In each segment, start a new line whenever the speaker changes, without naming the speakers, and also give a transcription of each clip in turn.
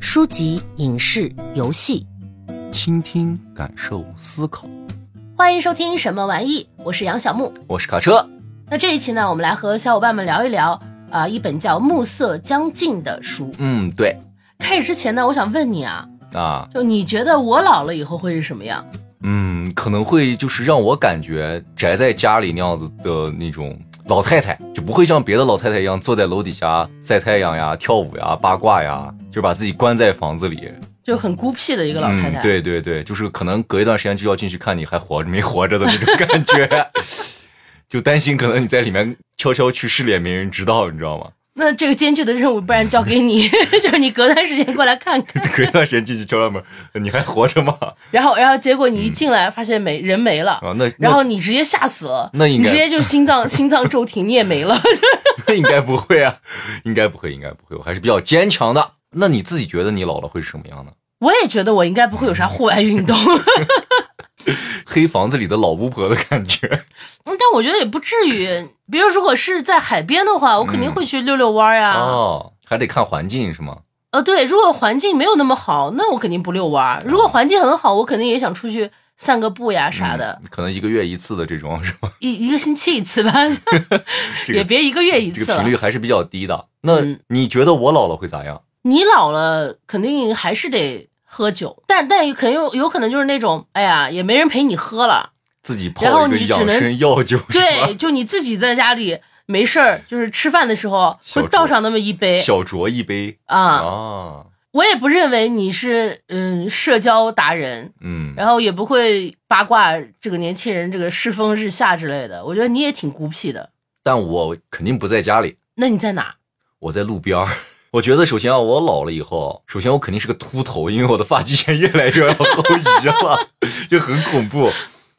书籍、影视、游戏，
倾听、感受、思考。
欢迎收听什么玩意？我是杨小木。
我是卡车，
那这一期呢，我们来和小伙伴们聊一聊啊、一本叫《暮色将近》的书。
嗯，对
开始之前呢，我想问你啊，
啊，
就你觉得我老了以后会是什么样？
嗯，可能会就是让我感觉宅在家里那样子的那种老太太，就不会像别的老太太一样坐在楼底下晒太阳呀、跳舞呀、八卦呀，就把自己关在房子里。
就很孤僻的一个老太太。
嗯，。对对对，就是可能隔一段时间就要进去看你还活着没活着的那种感觉， 就担心可能你在里面悄悄去世了也没人知道，你知道吗？
那这个艰巨的任务，不然交给你， 就是你隔段时间过来看看。
隔一段时间进去敲敲门，你还活着吗？
然后，然后结果你一进来，发现没人没了。
啊，那
然
那
后你直接吓死了，
那应
你
该
直接就心 脏心脏骤停，你也没了。
那 应该不会啊，应该不会，应该不会，我还是比较坚强的。那你自己觉得你老了会是什么样呢？
我也觉得我应该不会有啥户外运动，
黑房子里的老巫婆的感觉。
嗯但我觉得也不至于。比如如果是在海边的话，我肯定会去溜溜弯儿呀。
嗯哦，还得看环境是吗？
呃，对，如果环境没有那么好，那我肯定不遛弯儿；如果环境很好，我肯定也想出去散个步呀啥的，
嗯可能一个月一次的这种是吗？
一一个星期一次 吧，
这
也
个
别一个哎月一
这
次
个
了。
频率还是比较低的。那
嗯
你觉得我老了会咋样？
你老了，肯定还是得喝酒，但但可能有有可能就是那种，哎呀，也没人陪你喝 了，
自己
然后
泡一个
你只
养
能
生药酒是
对，
吧？
就你自己在家里没事儿，就是吃饭的时候
小
会
酌
倒上那么一杯
小酌一杯
啊。
啊，
我也不认为你是嗯社交达人，
嗯，
然后也不会八卦这个年轻人这个世风日下之类的。我觉得你也挺孤僻的。
但我肯定不在家里，
那你在哪？
我在路边儿。 我觉得首先啊，我老了以后，首先我肯定是个秃头，因为我的发际线越来越往后移了， 就很恐怖。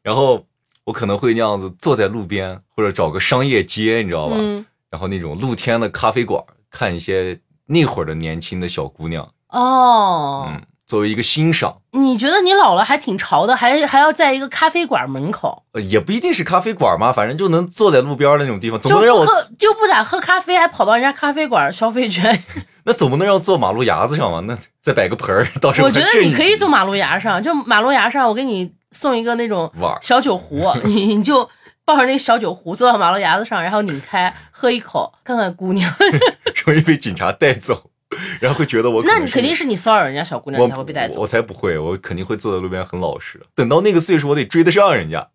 然后我可能会那样子坐在路边，或者找个商业街，你知道吧？
嗯，
然后那种露天的咖啡馆，看一些那会儿的年轻的小姑娘，
哦，
嗯，作为一个欣赏，
你觉得你老了还挺潮的，还还要在一个咖啡馆门口，
呃也不一定是咖啡馆嘛，反正就能坐在路边儿的那种地方，总
就
不能让
不
我
喝就不咋喝咖啡，还跑到人家咖啡馆消费券。
那总不能让我坐马路牙子上嘛，那再摆个盆儿，到时候
我觉得
还震
你可以
一
坐马路牙上，就马路牙上，我给你送一个那种
碗儿
小酒壶， 你你就。抱着那个小酒壶坐到马路牙子上，然后拧开喝一口，看看姑娘。
容易被警察带走，然后会觉得我可能
那你肯定是你骚扰人家小姑娘
我
才会被带走。
我才不会，我肯定会坐在路边很老实的。等到那个岁数，我得追得上人家。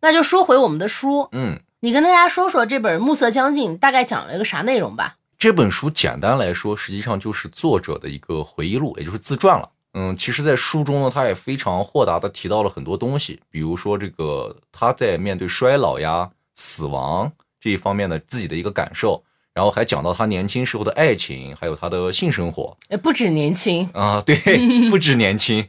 那就说回我们的书，
嗯，
你跟大家说说这本《暮色将近》大概讲了一个啥内容吧？
这本书简单来说，实际上就是作者的一个回忆录，也就是自传了。嗯，其实，在书中呢，他也非常豁达的提到了很多东西，比如说这个他在面对衰老呀、死亡这一方面的自己的一个感受，然后还讲到他年轻时候的爱情，还有他的性生活。
也不止年轻，
啊， 对，不止年轻，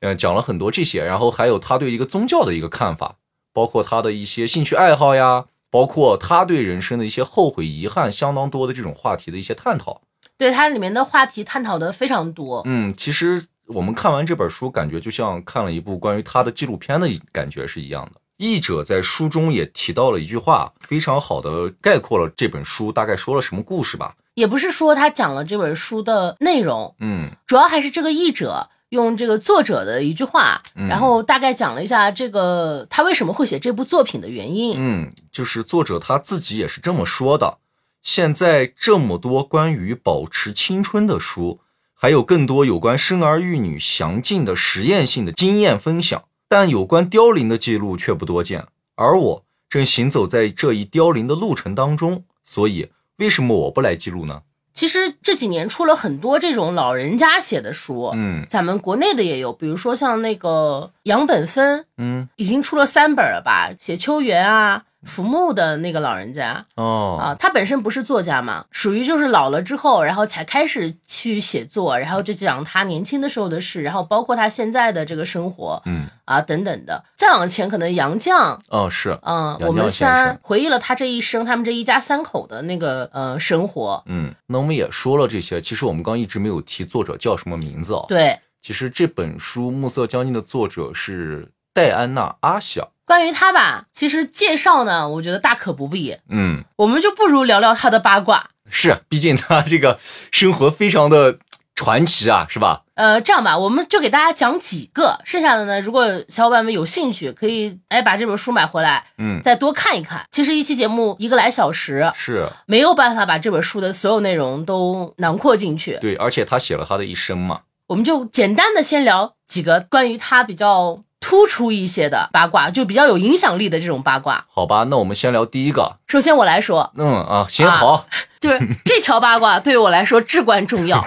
嗯，讲了很多这些，然后还有他对一个宗教的一个看法，包括他的一些兴趣爱好呀，包括他对人生的一些后悔、遗憾，相当多的这种话题的一些探讨。
对它里面的话题探讨的非常多。
嗯，其实我们看完这本书，感觉就像看了一部关于他的纪录片的感觉是一样的。译者在书中也提到了一句话，非常好的概括了这本书大概说了什么故事吧。
也不是说他讲了这本书的内容，
嗯，
主要还是这个译者用这个作者的一句话，
嗯
然后大概讲了一下这个他为什么会写这部作品的原因。
嗯，就是作者他自己也是这么说的。现在这么多关于保持青春的书，还有更多有关生儿育女详尽的实验性的经验分享，但有关凋零的记录却不多见。而我正行走在这一凋零的路程当中，所以为什么我不来记录呢？
其实这几年出了很多这种老人家写的书，
嗯
咱们国内的也有，比如说像那个杨本芬，
嗯
已经出了三本了吧？写秋园啊、浮木的那个老人家
哦
啊，他本身不是作家嘛，属于就是老了之后，然后才开始去写作，然后就讲他年轻的时候的事，然后包括他现在的这个生活
嗯
啊等等的。再往前，可能杨绛。
哦是
嗯
杨，绛
我们
先
三
生
回忆了他这一生，他们这一家三口的那个呃生活。
嗯，那我们也说了这些，其实我们刚一直没有提作者叫什么名字啊、哦。
对，
其实这本书《暮色将近》的作者是戴安娜·阿晓。
关于他吧，其实介绍呢，我觉得大可不必，
嗯，
我们就不如聊聊他的八卦。
是，啊毕竟他这个生活非常的传奇啊，是吧？
呃，这样吧，我们就给大家讲几个，剩下的呢，如果小伙伴们有兴趣，可以哎把这本书买回来，
嗯，
再多看一看。其实一期节目一个来小时，
是啊
没有办法把这本书的所有内容都囊括进去，
对，而且他写了他的一生嘛，
我们就简单的先聊几个关于他比较突出一些的八卦，就比较有影响力的这种八卦。
好吧？那我们先聊第一个，
首先我来说，
嗯啊，行
啊
好，
就是这条八卦对我来说至关重要。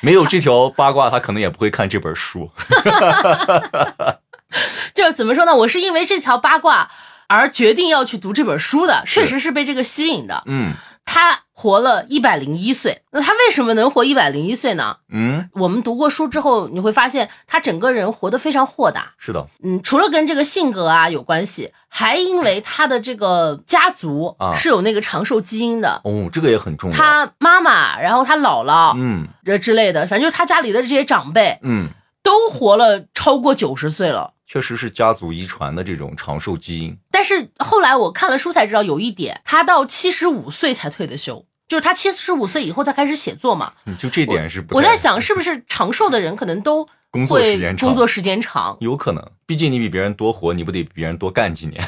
没有这条八卦，他可能也不会看这本书。
这怎么说呢？我是因为这条八卦而决定要去读这本书的，确实是被这个吸引的。
嗯
他活了一百零一岁，那他为什么能活一百零一岁呢？
嗯，
我们读过书之后，你会发现他整个人活得非常豁达。
是的，
嗯，除了跟这个性格啊有关系，还因为他的这个家族
啊
是有那个长寿基因的。
哦，这个也很重要。
他妈妈，然后他姥姥，
嗯
这之类的，反正就是他家里的这些长辈
嗯，
都活了超过九十岁了。
确实是家族遗传的这种长寿基因。
但是后来我看了书才知道，有一点，他到七十五岁才退的休，就是他七十五岁以后才开始写作嘛。
嗯就这点是不
我
太
在想，是不是长寿的人可能都
工作时
会
间长，
工作时间 长？
有可能，毕竟你比别人多活，你不得比别人多干几年？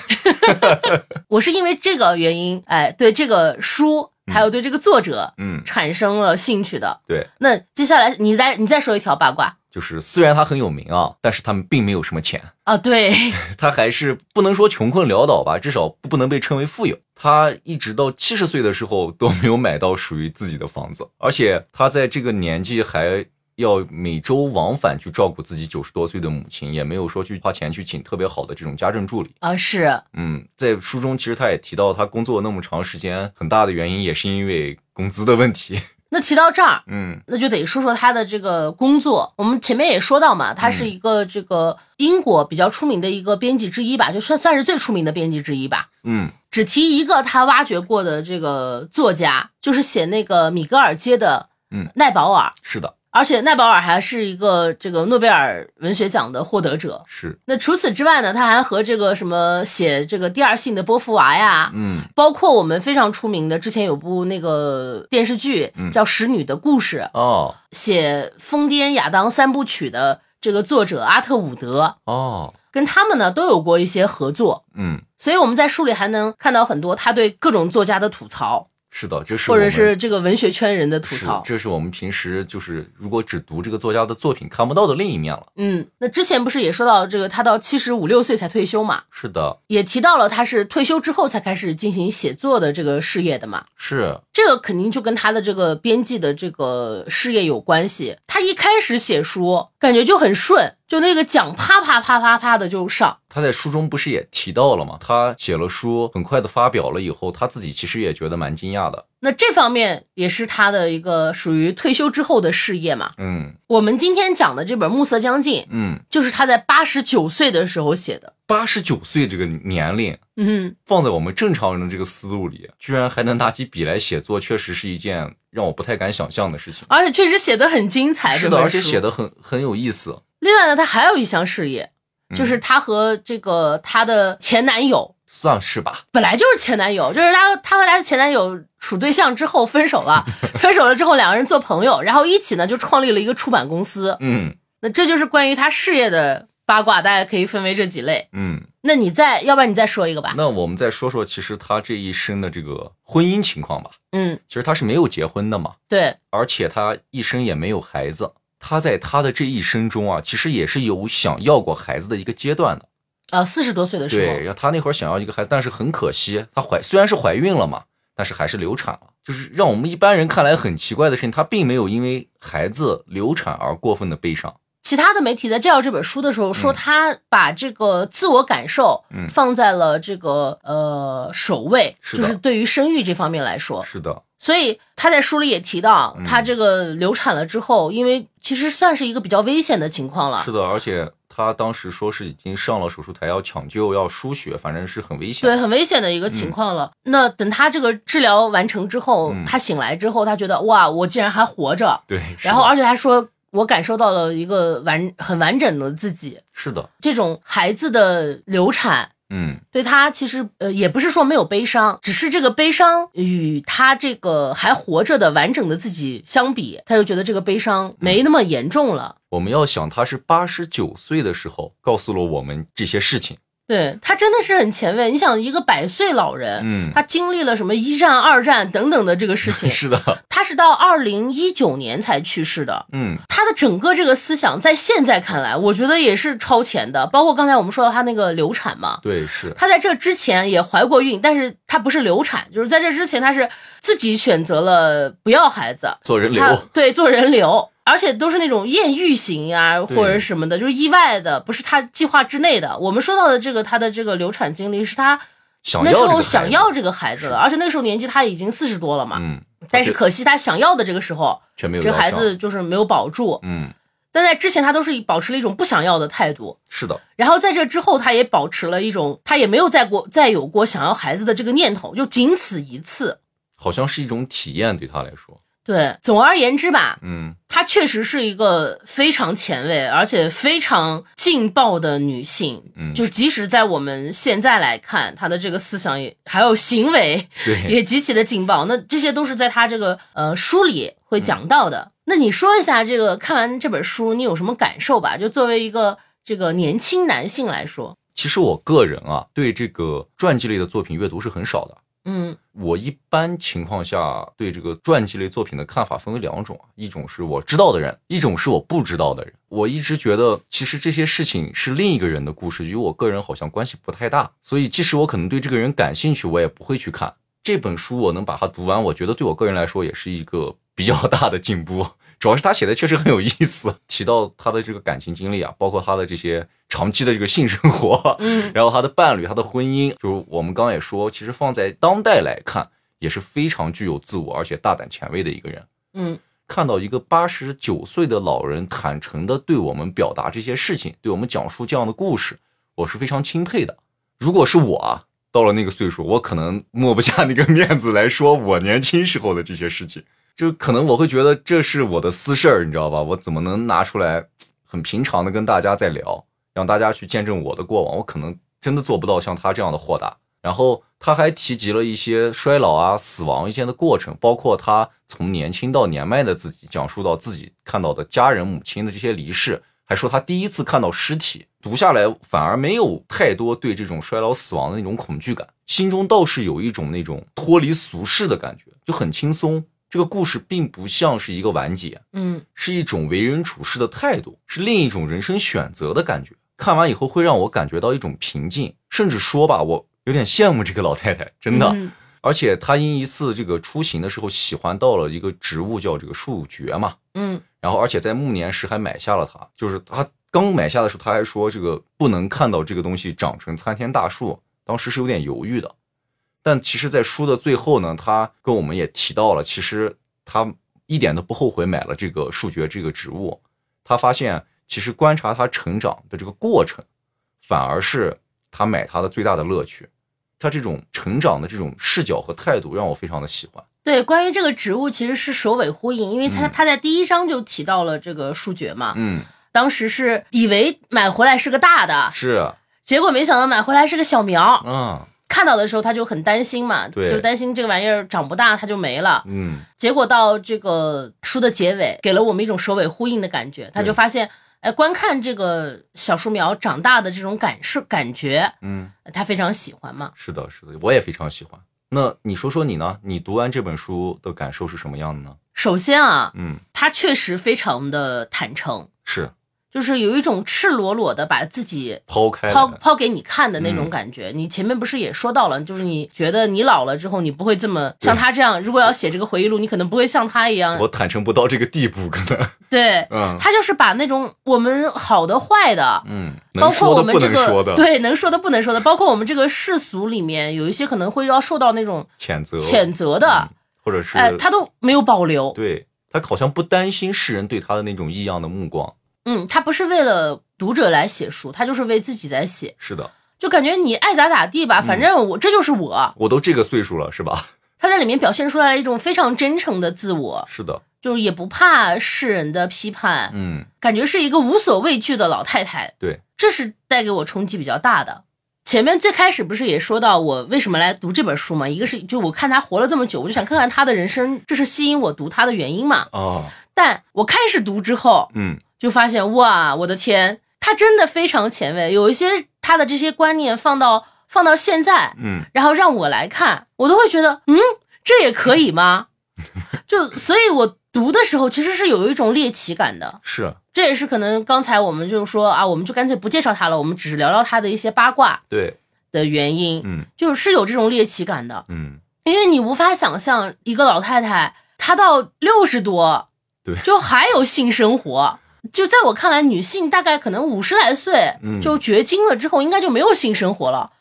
我是因为这个原因，哎，对这个书还有对这个作者
嗯，
产生了兴趣的。
对，
那接下来你再你再说一条八卦
就是虽然他很有名啊，但是他们并没有什么钱，
啊？ 对，
他还是不能说穷困潦倒吧，至少不能被称为富有。他一直到七十岁的时候都没有买到属于自己的房子，而且他在这个年纪还。要每周往返去照顾自己九十多岁的母亲，也没有说去花钱去请特别好的这种家政助理。
啊是
嗯，在书中其实他也提到，他工作那么长时间，很大的原因也是因为工资的问题。
那提到这儿，
嗯，
那就得说说他的这个工作。我们前面也说到嘛，他
嗯
是一个这个英国比较出名的一个编辑之一吧，就算算是最出名的编辑之一吧。
嗯，
只提一个他挖掘过的这个作家，就是写那个米格尔街的，
嗯，
奈保尔。
是的，
而且奈保尔还是一个这个诺贝尔文学奖的获得者。
是，
那除此之外呢，他还和这个什么写这个第二性的波伏娃呀，
嗯
包括我们非常出名的之前有部那个电视剧
嗯
叫《使女的故事》，
哦
写《疯癫亚当》三部曲的这个作者阿特伍德，
哦，
跟他们呢都有过一些合作，
嗯，
所以我们在书里还能看到很多他对各种作家的吐槽，
是的，这是
或
我
者
们
是这个文学圈人的吐
是
槽。
这是我们平时就是如果只读这个作家的作品看不到的另一面了。
嗯，那之前不是也说到这个他到七十五六岁才退休嘛，
是的，
也提到了他是退休之后才开始进行写作的这个事业的嘛。
是，
这个肯定就跟他的这个编辑的这个事业有关系。他一开始写书，感觉就很顺，就那个奖啪啪啪啪啪的就上。
他在书中不是也提到了吗？他写了书，很快的发表了以后，他自己其实也觉得蛮惊讶的。
那这方面也是他的一个属于退休之后的事业嘛。
嗯
我们今天讲的这本《暮色将近》，
嗯，
就是他在八十九岁的时候写的。
八十九岁这个年龄，
嗯，
放在我们正常人的这个思路里，居然还能拿起笔来写作，确实是一件让我不太敢想象的事情。
而且确实写的很精彩，
是
这
的，
本
而且
书
写。的很很有意思。
另外呢，他还有一项事业，就是
嗯
他和这个他的前男友，
算是吧，
本来就是前男友，就是他他和他的前男友处对象之后分手 了，分手了之后两个人做朋友，然后一起呢就创立了一个出版公司。
嗯
那这就是关于他事业的八卦，大家可以分为这几类。
嗯。
那你再，要不然你再说一个吧。
那我们再说说，其实他这一生的这个婚姻情况吧。
嗯，
其实他是没有结婚的嘛，
对，
而且他一生也没有孩子。他在他的这一生中啊，其实也是有想要过孩子的一个阶段的。
呃，四十多岁的时
对，
候，
然后他那会儿想要一个孩子，但是很可惜，她怀虽然是怀孕了嘛，但是还是流产了。就是让我们一般人看来很奇怪的事情，她并没有因为孩子流产而过分的悲伤。
其他的媒体在介绍这本书的时候说，
嗯
他把这个自我感受
嗯
放在了这个呃首位，
是
就
的
是对于生育这方面来说。
是的，
所以他在书里也提到
嗯，
他这个流产了之后，因为其实算是一个比较危险的情况了
是，的，而且她当时说是已经上了手术台，要抢救，要输血，反正是很危险。
对，，很危险的一个情况了。那等他这个治疗完成之后，
嗯
他醒来之后，他觉得哇，我竟然还活着，
对，是
然后
的
而且他说，我感受到了一个完很完整的自己。
是的，
这种孩子的流产，
嗯
对他其实呃也不是说没有悲伤，只是这个悲伤与他这个还活着的完整的自己相比，他就觉得这个悲伤没那么严重了。
我们要想他是八十九岁的时候告诉了我们这些事情。
对他真的是很前卫，你想一个百岁老人，
嗯
呃他经历了什么一战、二战等等的这个事情，
是的，
他是到二零一九年才去世的。
嗯
他的整个这个思想，在现在看来，我觉得也是超前的。包括刚才我们说到他那个流产嘛，
对是，
她在这之前也怀过孕，但是她不是流产，就是在这之前她是自己选择了不要孩子，
做人
她
流，
对做人流，而且都是那种艳遇型呀、
对
或者什么的，就是意外的，不是她计划之内的。我们说到的这个她的这个流产经历是她
想
那
要
时
这个
候
孩
想
子
要这个孩子的，而且那个时候年纪她已经四十多了嘛，
嗯，
但是
这
可惜她想要的这个时候，
全没有
这个
要
孩
上
子就是没有保住。
嗯
但在之前她都是以保持了一种不想要的态度，
是的，
然后在这之后，他也保持了一种，他也没有再过再有过想要孩子的这个念头，就仅此一次。
好像是一种体验对他来说，
对，总而言之吧，
嗯
她确实是一个非常前卫，而且非常劲爆的女性。
嗯
就即使在我们现在来看，她的这个思想也还有行为
对，
也极其的劲爆。那这些都是在她这个呃书里会讲到
嗯
的。那你说一下这个看完这本书你有什么感受吧？就作为一个这个年轻男性来说，
其实我个人啊对这个传记类的作品阅读是很少的。
嗯
我一般情况下对这个传记类作品的看法分为两种啊，一种是我知道的人，一种是我不知道的人。我一直觉得，其实这些事情是另一个人的故事，与我个人好像关系不太大。所以，即使我可能对这个人感兴趣，我也不会去看这本书。我能把它读完，我觉得对我个人来说也是一个比较大的进步。 主要是他写的确实很有意思，提到他的这个感情经历啊，包括他的这些长期的这个性生活，
嗯，
然后他的伴侣、他的婚姻，就是我们刚刚也说，其实放在当代来看，也是非常具有自我而且大胆前卫的一个人。
嗯
看到一个八十九岁的老人坦诚地对我们表达这些事情，对我们讲述这样的故事，我是非常钦佩的。如果是我啊，到了那个岁数，我可能抹不下那个面子来说我年轻时候的这些事情，就可能我会觉得这是我的私事儿，你知道吧？我怎么能拿出来很平常的跟大家在聊，让大家去见证我的过往？我可能真的做不到像他这样的豁达。然后他还提及了一些衰老啊、死亡一些的过程，包括他从年轻到年迈的自己，讲述到自己看到的家人、母亲的这些离世，还说他第一次看到尸体，读下来反而没有太多对这种衰老、死亡的那种恐惧感，心中倒是有一种那种脱离俗世的感觉，就很轻松。这个故事并不像是一个完结，
嗯，
是一种为人处事的态度，是另一种人生选择的感觉。看完以后会让我感觉到一种平静，甚至说吧，我有点羡慕这个老太太，真的。
嗯
而且她因一次这个出行的时候喜欢到了一个植物叫这个树蕨嘛，
嗯
然后而且在暮年时还买下了它，就是她刚买下的时候，她还说这个不能看到这个东西长成参天大树，当时是有点犹豫的。但其实，在书的最后呢，她跟我们也提到了，其实她一点都不后悔买了这个树蕨这个植物。她发现，其实观察它成长的这个过程，反而是她买它的最大的乐趣。她这种成长的这种视角和态度，让我非常的喜欢。
对，关于这个植物其实是首尾呼应，因为他、
嗯
他在第一章就提到了这个树蕨嘛，
嗯，
当时是以为买回来是个大的，
是，啊
结果没想到买回来是个小苗。
嗯
看到的时候他就很担心嘛，
对
就担心这个玩意儿长不大它就没了。
嗯，
结果到这个书的结尾，给了我们一种首尾呼应的感觉，他就
对
发现，哎，观看这个小树苗长大的这种感受感觉，
嗯。
他非常喜欢嘛。
是的，是的，我也非常喜欢。那你说说你呢？你读完这本书的感受是什么样的呢？
首先啊，
嗯，
他确实非常的坦诚，
是
就是有一种赤裸裸的把自己
抛开
抛
来
抛给你看的那
嗯
种感觉。你前面不是也说到了，就是你觉得你老了之后，你不会这么像他这样。如果要写这个回忆录，你可能不会像他一样
我。坦诚不到这个地步，可能，
对，
嗯
他就是把那种我们好的、坏的。
嗯，
包
能
括
说
我
的
们
不
这
能
个
说的，
对能说的不能说的，包括我们这个世俗里面有一些可能会要受到那种
谴责，
谴责的
嗯，或者是
哎，他都没有保留。
对他好像不担心世人对他的那种异样的目光。
嗯，他不是为了读者来写书，他就是为自己在写。
是的，
就感觉你爱咋咋地
嗯
吧，反正我、这就是我。
我都这个岁数了，是吧？
他在里面表现出来了一种非常真诚的自我，
是的，
就是也不怕世人的批判，
嗯，
感觉是一个无所畏惧的老太太。
对，
这是带给我冲击比较大的。前面最开始不是也说到我为什么来读这本书嘛？一个是就我看他活了这么久，我就想看看他的人生，这是吸引我读他的原因嘛。
哦，
但我开始读之后，
嗯
就发现哇，我的天，他真的非常前卫，有一些他的这些观念放到放到现在，
嗯，
然后让我来看，我都会觉得，嗯，这也可以吗？ 就所以，我读的时候其实是有一种猎奇感的。
是
这也是可能刚才我们就说啊，我们就干脆不介绍他了，我们只是聊聊他的一些八卦
对，
的原因，
嗯
就是有这种猎奇感的，
嗯，
因为你无法想象一个老太太她到六十多，
对
就还有性生活。就在我看来，女性大概可能五十来岁
嗯
就绝经了之后，应该就没有性生活了。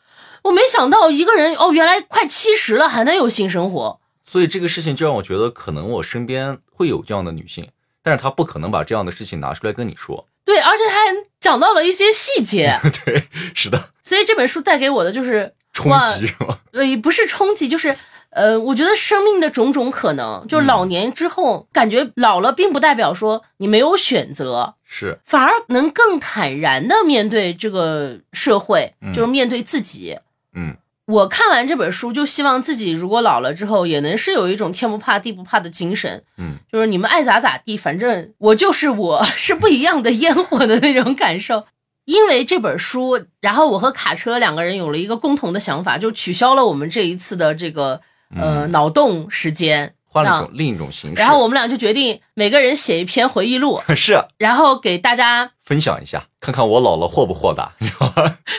我没想到一个人哦，原来快七十了还能有性生活，
所以这个事情就让我觉得，可能我身边会有这样的女性，但是她不可能把这样的事情拿出来跟你说。
对，而且她还讲到了一些细 节，
对，是的，
所以这本书带给我的就是
冲
哇
击是吗？
呃，也不是冲击，就是呃，我觉得生命的种种可能，就是
嗯
老年之后，感觉老了并不代表说你没有选择，
是，
反而能更坦然的面对这个社会，
嗯
就是面对自己。
嗯
我看完这本书，就希望自己如果老了之后，也能是有一种天不怕地不怕的精神，
嗯，
就是你们爱咋咋地，反正我就是我， 是不一样的烟火的那种感受。因为这本书，然后我和卡车两个人有了一个共同的想法，就取消了我们这一次的这个
嗯
呃、脑洞时间，
换了
啊
一种另一种形式。
然后我们俩就决定每个人写一篇回忆录，
我 是
然后给大家
分享一下，看看我老了豁不豁达。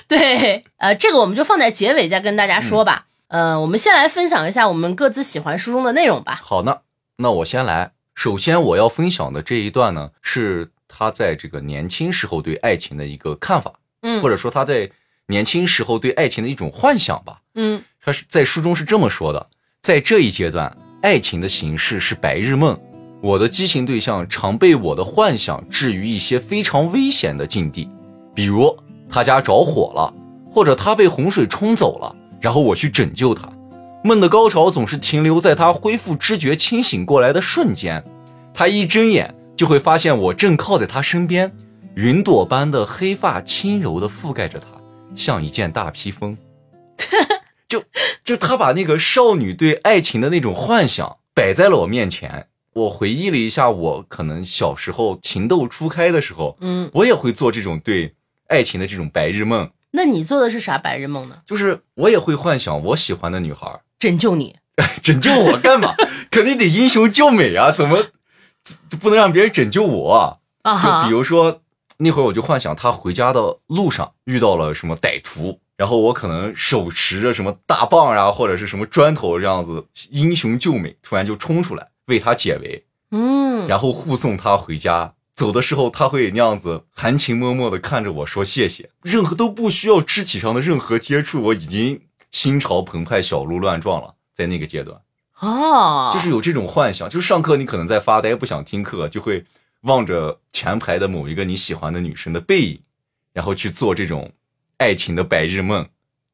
对，呃，这个我们就放在结尾再跟大家说吧。呃，我们先来分享一下我们各自喜欢书中的内容吧。
好呢，那我先来。首先我要分享的这一段呢，是他在这个年轻时候对爱情的一个看法，
嗯
或者说他在年轻时候对爱情的一种幻想吧。
嗯
他是在书中是这么说的：在这一阶段，爱情的形式是白日梦，我的激情对象常被我的幻想置于一些非常危险的境地，比如他家着火了，或者他被洪水冲走了，然后我去拯救他。梦的高潮总是停留在他恢复知觉、清醒过来的瞬间，他一睁眼就会发现我正靠在他身边，云朵般的黑发轻柔地覆盖着他，像一件大披风。就就他把那个少女对爱情的那种幻想摆在了我面前。我回忆了一下，我可能小时候情窦初开的时候，
嗯，
我也会做这种对爱情的这种白日梦，
那你做的是啥白日梦呢？
就是我也会幻想我喜欢的女孩儿
拯救你。
拯救我干嘛？ 肯定得英雄救美啊！怎么怎不能让别人拯救我啊、
啊
就比如说那会儿，我就幻想他回家的路上遇到了什么歹徒，然后我可能手持着什么大棒啊，或者是什么砖头这样子，英雄救美，突然就冲出来为他解围，
嗯，
然后护送他回家。走的时候，他会那样子含情脉脉的看着我说谢谢，任何都不需要肢体上的任何接触，我已经心潮澎湃、小鹿乱撞了。在那个阶段，
哦，
就是有这种幻想，就是上课你可能在发呆，不想听课，就会望着前排的某一个你喜欢的女生的背影，然后去做这种爱情的白日梦，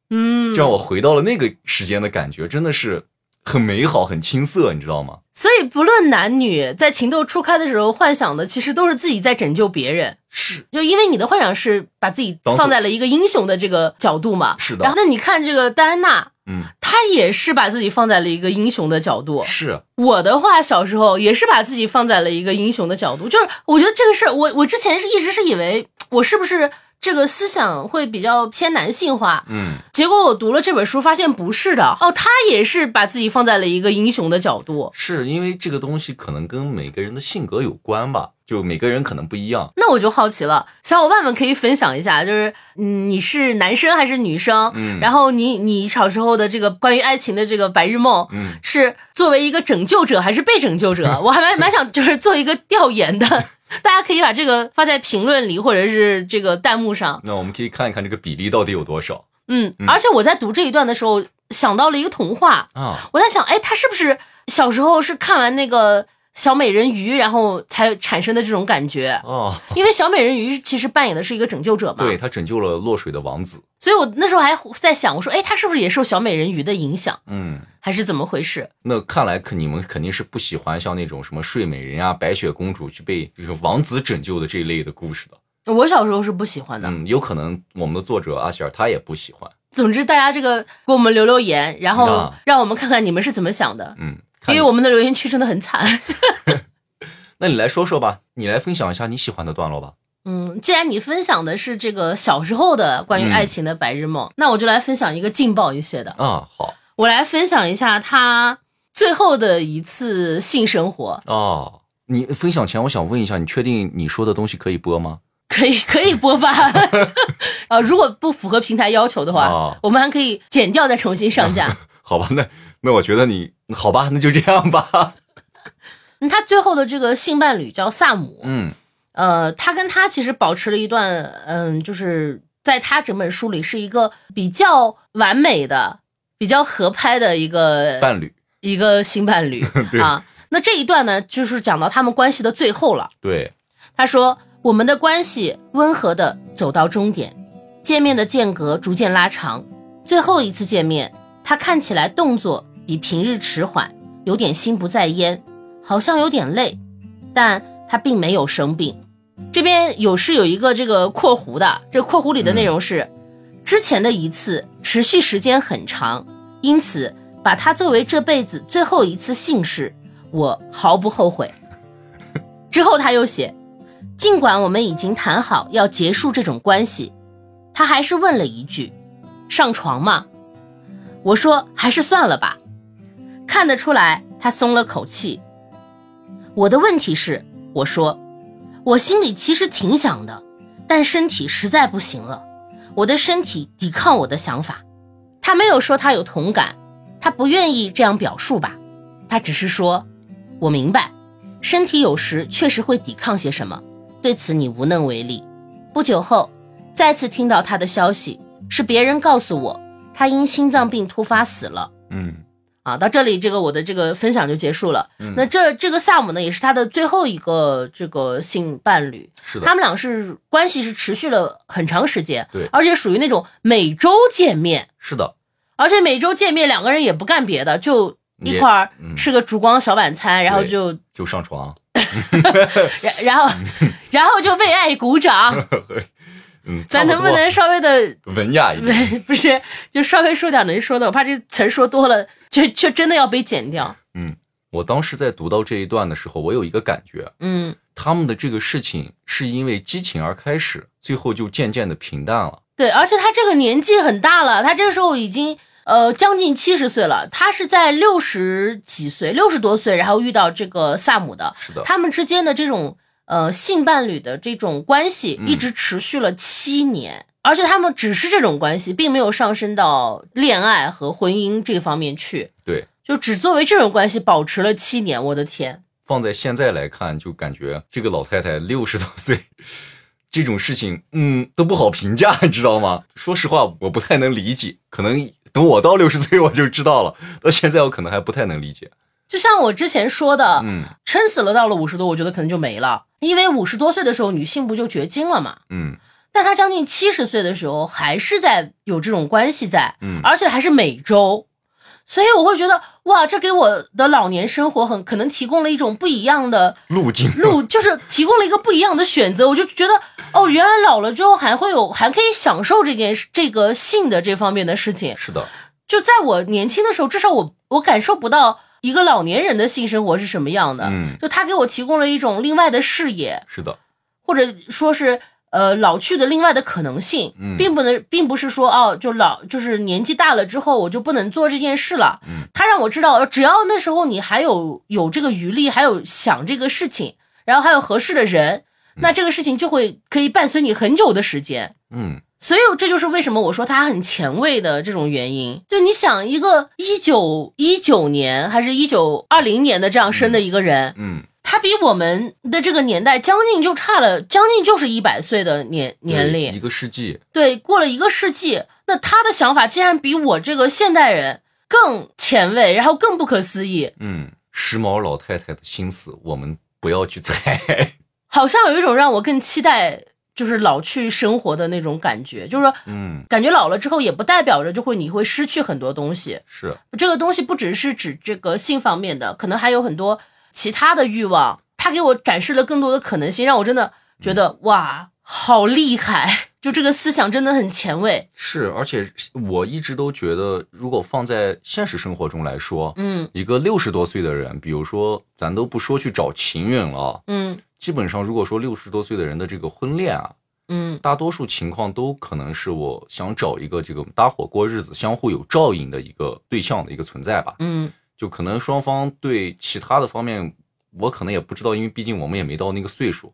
嗯，
这让我回到了那个时间的感觉，真的是很美好、很青涩，你知道吗？
所以不论男女，在情窦初开的时候，幻想的其实都是自己在拯救别人。
是，
就因为你的幻想是把自己
当作
放在了一个英雄的这个角度嘛，
是的
然后那你看这个戴安娜，
嗯，
她也是把自己放在了一个英雄的角度。
是，
我的话，小时候也是把自己放在了一个英雄的角度，就是我觉得这个事儿，我我之前是一直是以为我是不是这个思想会比较偏男性化，
嗯，
结果我读了这本书，发现不是的哦，他也是把自己放在了一个英雄的角度。
是因为这个东西可能跟每个人的性格有关吧，就每个人可能不一样。
那我就好奇了，小伙伴们可以分享一下，就是嗯，你是男生还是女生？
嗯
然后你你小时候的这个关于爱情的这个白日梦，
嗯，
是作为一个拯救者还是被拯救 者？我还蛮蛮想就是做一个调研的， 大家可以把这个发在评论里或者是这个弹幕上。
那我们可以看一看这个比例到底有多少
嗯，而且我在读这一段的时候想到了一个童话，
啊？
我在想，哎，他是不是小时候是看完那个小美人鱼，然后才产生的这种感觉？
哦，
因为小美人鱼其实扮演的是一个拯救者嘛，
对，他拯救了落水的王子。
所以我那时候还在想，我说，哎，他是不是也受小美人鱼的影响，
嗯。
还是怎么回事？
那看来肯你们肯定是不喜欢像那种什么睡美人啊、白雪公主去被就是王子拯救的这一类的故事的。
我小时候是不喜欢的，
嗯，有可能我们的作者阿喜尔他也不喜欢。
总之，大家这个给我们留留言，然后
啊
让我们看看你们是怎么想的，
嗯，看
因
你
为我们的留言区真的很惨。
那你来说说吧，你来分享一下你喜欢的段落吧。
嗯，既然你分享的是这个小时候的关于
嗯
爱情的白日梦，那我就来分享一个劲爆一些的。
啊，好
我来分享一下他最后的一次性生活，
哦。你分享前，我想问一下，你确定你说的东西可以播吗？
可以可以播 吧？ 啊，如果不符合平台要求的话，
哦
我们还可以剪掉再重新上 架。
好吧，那那我觉得你好吧，那就这样吧。
嗯他最后的这个性伴侣叫萨姆，
嗯
呃，他跟他其实保持了一段，嗯，就是在他整本书里是一个比较完美的、比较合拍的一个
伴侣，
一个新伴侣
对
啊。那这一段呢，就是讲到他们关系的最后了。
对，
他说：“我们的关系温和的走到终点，见面的间隔逐渐拉长。最后一次见面，他看起来动作比平日迟缓，有点心不在焉，好像有点累，但他并没有生病。”这边有是有一个这个括弧的，这括弧里的内容是：之前的一次持续时间很长，因此把它作为这辈子最后一次性事，我毫不后悔。 之后他又写，尽管我们已经谈好要结束这种关系，他还是问了一句：“上床吗？”我说：“还是算了吧。”看得出来，他松了口气。我的问题是，我说，我心里其实挺想的，但身体实在不行了，我的身体抵抗我的想法。他没有说他有同感，他不愿意这样表述吧，他只是说，我明白，身体有时确实会抵抗些什么，对此你无能为力。不久后，再次听到他的消息，是别人告诉我，他因心脏病突发死了。
嗯
啊，到这里，这个我的这个分享就结束了。
嗯
那这这个萨姆呢，也是他的最后一个这个性伴侣，
是的
他，们俩是关系是持续了很长时间，
对
而且属于那种每周见面，
是的，
而且每周见面两个人也不干别的，就一
也
块儿
嗯
吃个烛光小晚餐，然后
对
就
就上床。
然然后然后就为爱鼓掌，
嗯，
咱
差
能
多
不能稍微的
文雅一点？
不是就稍微说点能说的，我怕这词儿说多了，却却真的要被剪掉。
我当时在读到这一段的时候，我有一个感觉，
嗯，
他们的这个事情是因为激情而开始，最后就渐渐的平淡了。
对，而且他这个年纪很大了，他这个时候已经呃将近七十岁了。他是在六十几岁、六十多岁，然后遇到这个萨姆的，
是的，
他们之间的这种呃性伴侣的这种关系
嗯
一直持续了七年，而且他们只是这种关系，并没有上升到恋爱和婚姻这方面去，
对，
就只作为这种关系保持了七年。我的天，
放在现在来看，就感觉这个老太太六十多岁，这种事情，嗯，都不好评价，你知道吗？说实话，我不太能理解，可能等我到六十岁我就知道了，到现在我可能还不太能理解。
就像我之前说的，
嗯
撑死了到了五十多，我觉得可能就没了，因为五十多岁的时候女性不就绝经了嘛。
嗯
但她将近七十岁的时候，还是在有这种关系在，
嗯，
而且还是每周，所以我会觉得哇，这给我的老年生活很可能提供了一种不一样的
路径，
路，就是提供了一个不一样的选择。我就觉得哦，原来老了之后还会有，还可以享受这件事，这个性的这方面的事情。
是的，
就在我年轻的时候，至少我我感受不到一个老年人的性生活是什么样的。
嗯，
就他给我提供了一种另外的视野，
是的，
或者说是呃老去的另外的可能性，
嗯
并不能，并不是说哦，就老就是年纪大了之后我就不能做这件事了。
嗯，
他让我知道，哦只要那时候你还有有这个余力，还有想这个事情，然后还有合适的人，那这个事情就会可以伴随你很久的时间。
嗯，
所以这就是为什么我说他很前卫的这种原因。就你想，一个一九一九年还是一九二零年的这样生的一个人，
嗯，
他比我们的这个年代将近就差了，将近就是一百岁的年年
对一
龄，
个世纪，
对，过了一个世纪，那他的想法竟然比我这个现代人更前卫，然后更不可思议，
嗯，时髦老太太的心思，我们不要去猜。
好像有一种让我更期待就是老去生活的那种感觉，就是说。
嗯，
感觉老了之后，也不代表着就会你会失去很多东西。
是，
这个东西不只是指这个性方面的，可能还有很多其他的欲望。他给我展示了更多的可能性，让我真的觉得哇，好厉害！就这个思想真的很前卫。
是，而且我一直都觉得，如果放在现实生活中来说，
嗯
一个六十多岁的人，比如说咱都不说去找情人了啊，
嗯
基本上如果说六十多岁的人的这个婚恋啊，
嗯
大多数情况都可能是我想找一个这个搭伙过日子、相互有照应的一个对象的一个存在吧。
嗯
就可能双方对其他的方面，我可能也不知道，因为毕竟我们也没到那个岁数。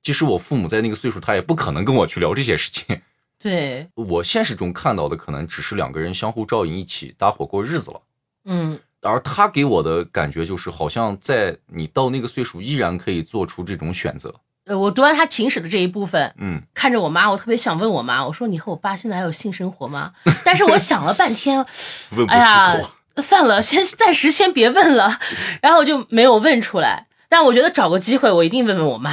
即使我父母在那个岁数，他也不可能跟我去聊这些事情。
对，
我现实中看到的可能只是两个人相互照应，一起搭伙过日子了。
嗯
而他给我的感觉就是，好像在你到那个岁数，依然可以做出这种选择。
呃，我读完他情史的这一部分，
嗯，
看着我妈，我特别想问我妈，我说你和我爸现在还有性生活吗？但是我想了半天，
问不
哎
出
呀
口。，
算了，先暂时先别问了，然后就没有问出来。但我觉得找个机会，我一定问问我妈。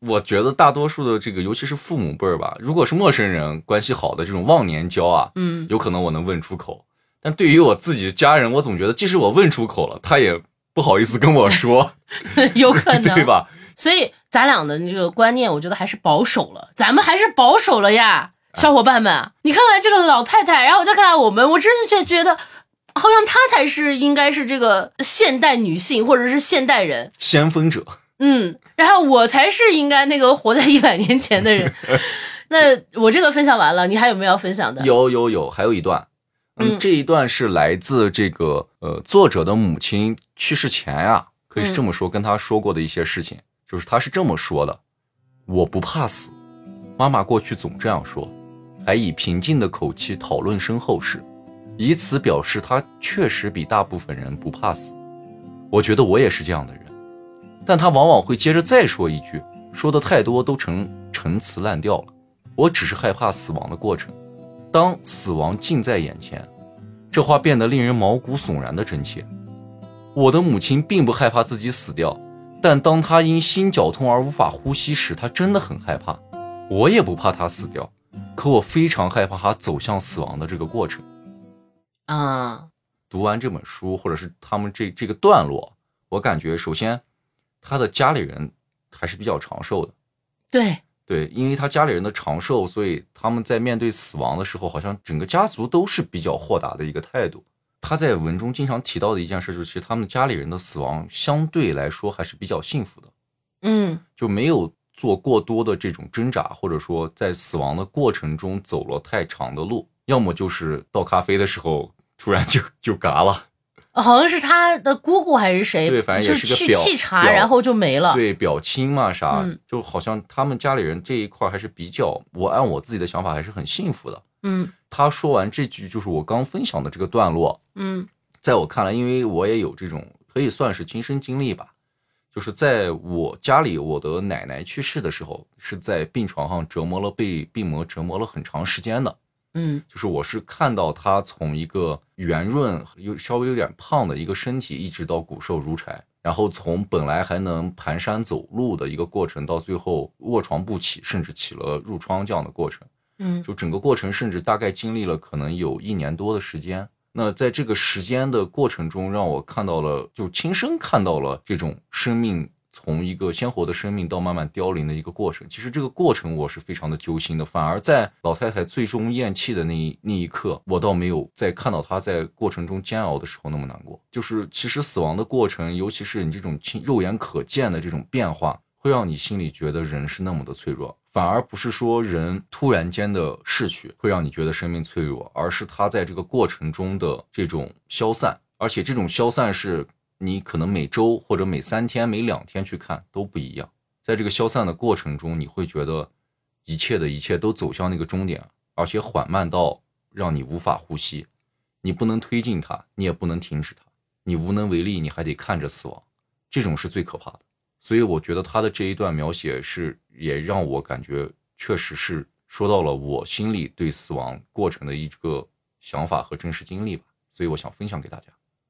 我觉得大多数的这个，尤其是父母辈儿吧，如果是陌生人关系好的这种忘年交啊，
嗯，
有可能我能问出口，但对于我自己的家人，我总觉得即使我问出口了，他也不好意思跟我说，
有可能，
对？吧？
所以咱俩的这个观念，我觉得还是保守了，咱们还是保守了呀，
啊
小伙伴们，你看看这个老太太，然后再看看我们，我真的觉觉得，好像她才是应该是这个现代女性或者是现代人，
先锋者，
嗯，然后我才是应该那个活在一百年前的人。 那我这个分享完了，你还有没有要分享的？
有有有，还有一段，嗯，
嗯
这一段是来自这个呃作者的母亲去世前啊，可
嗯
以是这么说，跟他说过的一些事情，就是他是这么说的：我不怕死，妈妈过去总这样说，还以平静的口气讨论身后事，以此表示他确实比大部分人不怕死。我觉得我也是这样的人，但他往往会接着再说一句，说的太多都成陈词滥调了。我只是害怕死亡的过程。当死亡近在眼前，这话变得令人毛骨悚然的真切。我的母亲并不害怕自己死掉，但当她因心绞痛而无法呼吸时，她真的很害怕。我也不怕她死掉，可我非常害怕她走向死亡的这个过程。
啊，
读完这本书，或者是他们这这个段落，我感觉首先，他的家里人还是比较长寿的。
对，
对，因为他家里人的长寿，所以他们在面对死亡的时候，好像整个家族都是比较豁达的一个态度。他在文中经常提到的一件事，就是其实他们家里人的死亡相对来说还是比较幸福的，
嗯
就没有做过多的这种挣扎，或者说在死亡的过程中走了太长的路，要么就是倒咖啡的时候突然就就嘎了，
好像是他的姑姑还是谁，
对反正
就
也是个
去
表
沏茶，
表
然后就没了。
对表亲嘛啥，
啊嗯
就好像他们家里人这一块还是比较，我按我自己的想法还是很幸福的。
嗯
他说完这句，就是我刚分享的这个段落，
嗯
在我看来，因为我也有这种可以算是亲身经历吧，就是在我家里，我的奶奶去世的时候，是在病床上折磨了被病魔折磨了很长时间的，
嗯
就是我是看到她从一个圆润又稍微有点胖的一个身体，一直到骨瘦如柴，然后从本来还能蹒跚走路的一个过程，到最后卧床不起，甚至起了褥疮这样的过程。
嗯
就整个过程，甚至大概经历了可能有一年多的时间。那在这个时间的过程中，让我看到了，就亲身看到了这种生命从一个鲜活的生命到慢慢凋零的一个过程。其实这个过程我是非常的揪心的，反而在老太太最终咽气的那一那一刻，我倒没有在看到她在过程中煎熬的时候那么难过。就是其实死亡的过程，尤其是你这种亲肉眼可见的这种变化，会让你心里觉得人是那么的脆弱，反而不是说人突然间的逝去会让你觉得生命脆弱，而是他在这个过程中的这种消散，而且这种消散是你可能每周或者每三天、每两天去看都不一样。在这个消散的过程中，你会觉得一切的一切都走向那个终点，而且缓慢到让你无法呼吸，你不能推进它，你也不能停止它，你无能为力，你还得看着死亡，这种是最可怕的。所以我觉得他的这一段描写是也让我感觉确实是说到了我心里对死亡过程的一个想法和真实经历吧，所以我想分享给大家。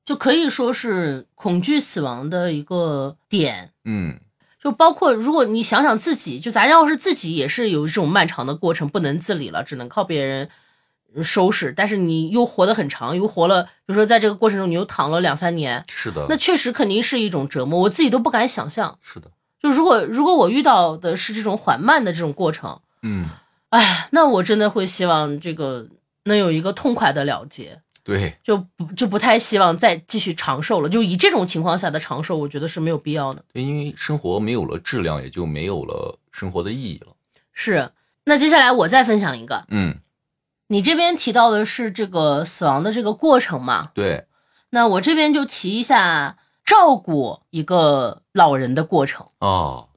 就可以说是恐惧死亡的一个点。
嗯，
就包括如果你想想自己，就咱要是自己也是有这种漫长的过程，不能自理了，只能靠别人收拾。但是你又活得很长，又活了，比如说在这个过程中你又躺了两三年，
是的，
那确实肯定是一种折磨，我自己都不敢想象。
是的，
就如果如果我遇到的是这种缓慢的这种过程，
嗯，
哎，那我真的会希望这个能有一个痛快的了结，
对，
就不就不太希望再继续长寿了。就以这种情况下的长寿，我觉得是没有必要的。
因为生活没有了质量，也就没有了生活的意义了。
是，那接下来我再分享一个，
嗯，
你这边提到的是这个死亡的这个过程嘛？
对，
那我这边就提一下照顾一个老人的过程。
哦，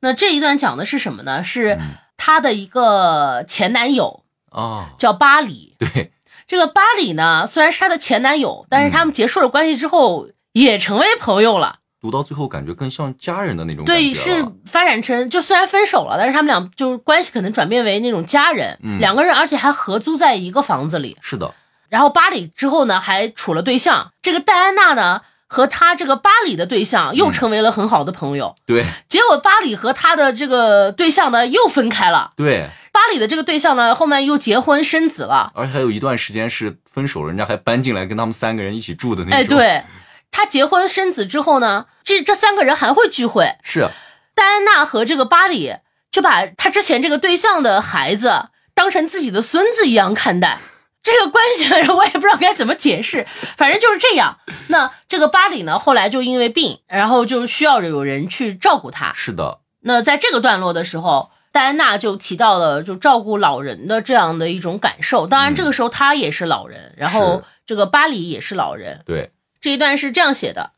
那这一段讲的是什么呢？是
嗯
她的一个前男友
啊，
叫巴里。
对，
这个巴里呢，虽然是她的前男友，但是他们结束了关系之后也成为朋友了。
读到最后感觉更像家人的那种感觉
对，
了
是发展成就虽然分手了，但是他们俩就是关系可能转变为那种家人，
嗯
两个人而且还合租在一个房子里。
是的，
然后巴里之后呢，还处了对象。这个戴安娜呢，和她这个巴里的对象又成为了很好的朋友。
对
结果巴里和她的这个对象呢又分开了。
对，
巴里的这个对象呢，后面又结婚生子了。
而且还有一段时间是分手了，人家还搬进来跟他们三个人一起住的那种。
哎，，对，他结婚生子之后呢，这这三个人还会聚会。
是啊
戴安娜和这个巴里就把他之前这个对象的孩子当成自己的孙子一样看待。这个关系 我也不知道该怎么解释，反正就是这样。那这个巴里呢，后来就因为病，然后就需要有人去照顾他。
是的，
那在这个段落的时候，戴安娜就提到了就照顾老人的这样的一种感受。当然，
嗯
这个时候她也是老人，然后这个巴里也是老人。
对，
这一段是这样写的：